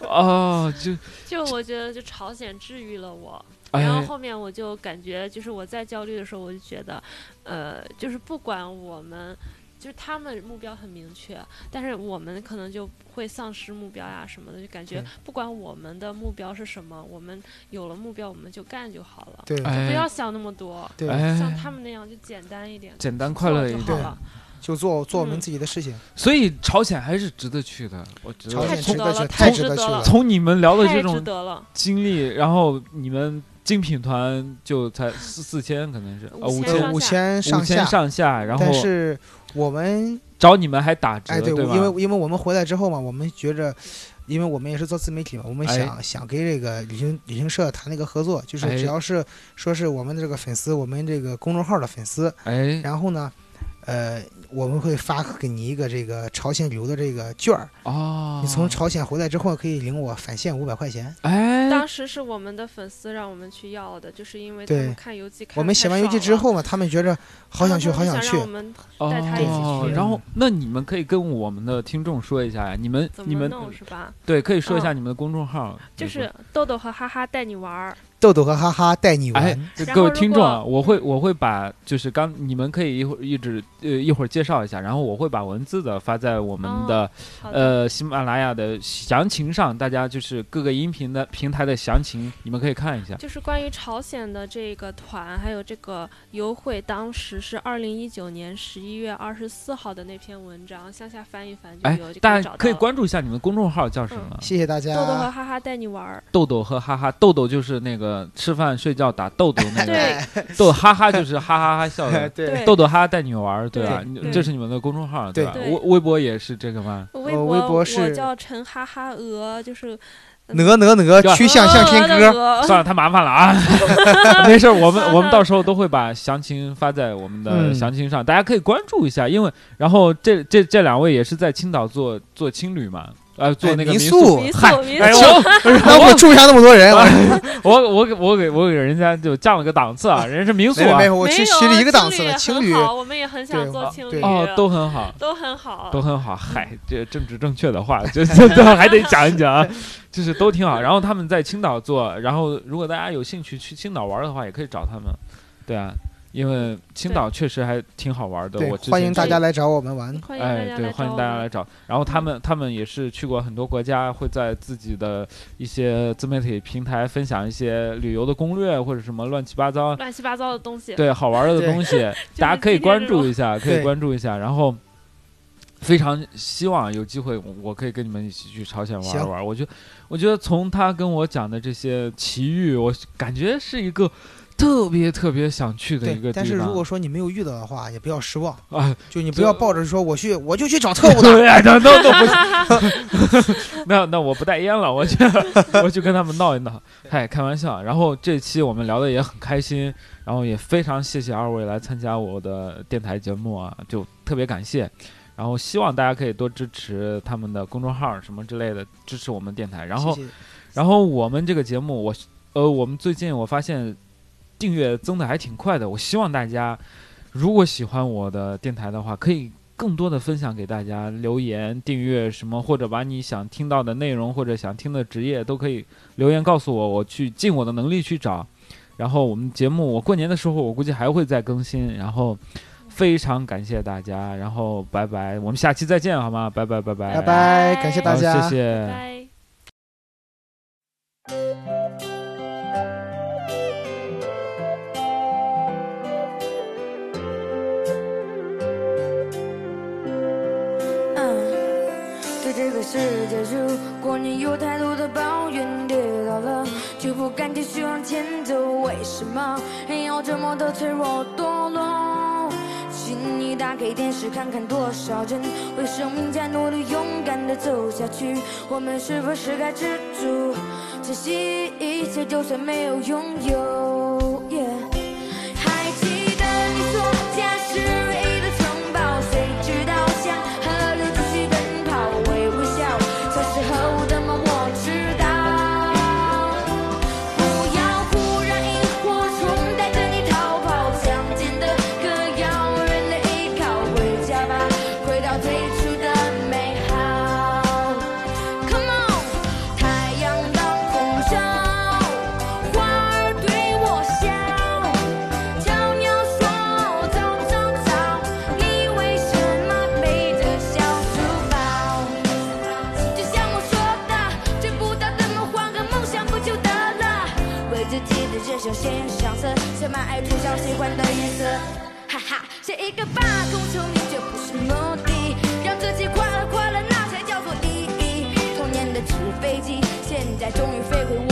哦，就就我觉得就朝鲜治愈了我，然后哎后面我就感觉就是我在焦虑的时候，我就觉得，呃，就是不管我们。就是他们目标很明确，但是我们可能就会丧失目标呀、什么的，就感觉对不管我们的目标是什么，我们有了目标我们就干就好了，对不哎要想那么多，对像哎，他们那样就简单一点，简单快乐做一就点。好了。就做做我们嗯自己的事情。所以朝鲜还是值得去的，我觉朝得太值鲜值得得了去，太太值值得得去了了。呃从你们聊的太这值种得了，经历，然后你们精品团就才四四千，可能是呃五五千千上五呃，五千上千上下，然后但是我们找你们还打折，哎，对，吧？因为因为我们回来之后嘛，我们觉着，因为我们也是做自媒体嘛，我哎们想、想跟这个旅行旅行社谈那个合作，就是哎只要是说是我们的这个粉丝，我们这个公众号的粉丝，哎然后呢，呃，我们会发给你一个这个朝鲜旅游的这个券儿，哦，你从朝鲜回来之后可以领我返现五百块钱。哎当时是我们的粉丝让我们去要的，就是因为他对们看游记看我们得写太完游爽记之了，后嘛，他们觉着好想去，然后好他想们去让。(laughs) 我们哦，带他一起去然后那你们可以跟我们的听众说一下呀，你们怎你么们嗯弄是吧？对可以说一下你们的公众号，比就如说是豆豆和哈哈带你玩儿，豆豆和哈哈带你玩，哎然各后位如听众啊，果我会我会把就是刚你们可以一会儿一直呃一会儿介绍一下，然后我会把文字的发在我们的、哦好的，呃喜马拉雅的详情上，大家就是各个音频的平台的详情，你们可以看一下。就是关于朝鲜的这个团，还有这个优惠，当时是二零一九年十一月二十四号的那篇文章，向下翻一翻就哎有，，就大以家找可以到了关注一下你们公众号叫什嗯么？谢谢大家。豆豆和哈哈带你玩儿，豆豆和哈哈，豆豆就是那个吃饭睡觉打豆豆那个，对哎。豆哈哈就是哈哈哈笑的对对豆豆哈哈带你玩儿，对吧？对你对这是你们的公众号，吧？对微微博也是这个吗？微呃微博我是叫陈哈哈鹅，就是 (laughs) 哪哪哪对吧曲项哦向天歌。歌算了，太麻烦了啊！ (laughs) 没事儿，我们我们到时候都会把详情发在我们的嗯详情上，大家可以关注一下。因为然后这这这两位也是在青岛做做青旅嘛，呃，做哎那个民宿。宿民嗨宿民哎 (laughs) 宿，那我住不下那么多人，我我我给我给我给人家就降了个档次啊，人家是民宿没有啊没，有，我去去了一个档次了，青青旅也很好我们也很想对做我青旅，对哦，都很好。都很好，嗯都很好，嗨，这政治正确的 (laughs) 话，这这这还得讲一讲啊，就是都挺好。然后他们在青岛做，然后如果大家有兴趣去青岛玩的话，也可以找他们，对啊，因为青岛确实还挺好玩的。对我，之前欢迎大去家来找我们玩。欢迎大哎家，对，来欢找迎我大家们嗯来。找。然后他们他们也是去过很多国家，会在自己的一些自媒体平台分享一些旅游的攻略或者什么乱七八糟，乱七八糟的东西，对好玩的对东 (laughs) 西，大家可以关注一下，可以对关注一下。然后非常希望有机会，我我可以跟你们一起去朝鲜玩一行玩。我觉得，我觉得从他跟我讲的这些奇遇，我感觉是一个特别特别想去的对一个，但地是如果方说你没有遇到的话，也不要失望，啊。就你不这要抱着说我去我就去找特务的。 (laughs) 对 (laughs) 呀，那那那不是， (laughs) 那那我不带烟了，我去，我去跟他们闹一闹。嗨，开玩笑。啊然后这期我们聊的也很开心，然后也非常谢谢二位来参加我的电台节目啊，就特别感谢。然后希望大家可以多支持他们的公众号什么之类的，支持我们电台。然后谢谢然后我们这个节目，我呃，我们最近我发现订阅增的还挺快的。我希望大家如果喜欢我的电台的话，可以更多的分享给大家，留言、订阅什么，或者把你想听到的内容或者想听的职业都可以留言告诉我，我去尽我的能力去找。然后我们节目，我过年的时候我估计还会再更新。然后非常感谢大家，然后拜拜，我们下期再见好吗？拜拜拜拜拜拜，感谢大好家，谢谢。拜拜。嗯，对这个世界，如果你有太多的抱怨，跌倒了就不敢继续往前走，为什么要这么的脆弱堕落？请你打开电视看看，多少人为生命在努力，勇敢的走下去。我们是不是该知足，珍惜一切，就算没有拥有？Yeah 还记得你说家是唯一的城堡，谁知道像河流继续奔跑，微微笑，小时候的梦我知道。不要忽然疑惑，冲带着你逃跑，相见的歌谣，人的依靠，回家吧，回到最初的美好。Come on，太阳当空照，花儿对我笑。小鸟说：“走走走，你为什么背着小书包？”就像我说的，追不到的梦，换个梦想不就得了？为自己的人生献上色，深爱爱，涂上喜欢的颜色。哈哈，写一个吧，空求你这不是目的，让自己快乐快乐，那才叫做意义。童年的纸飞机，现在终于飞回我。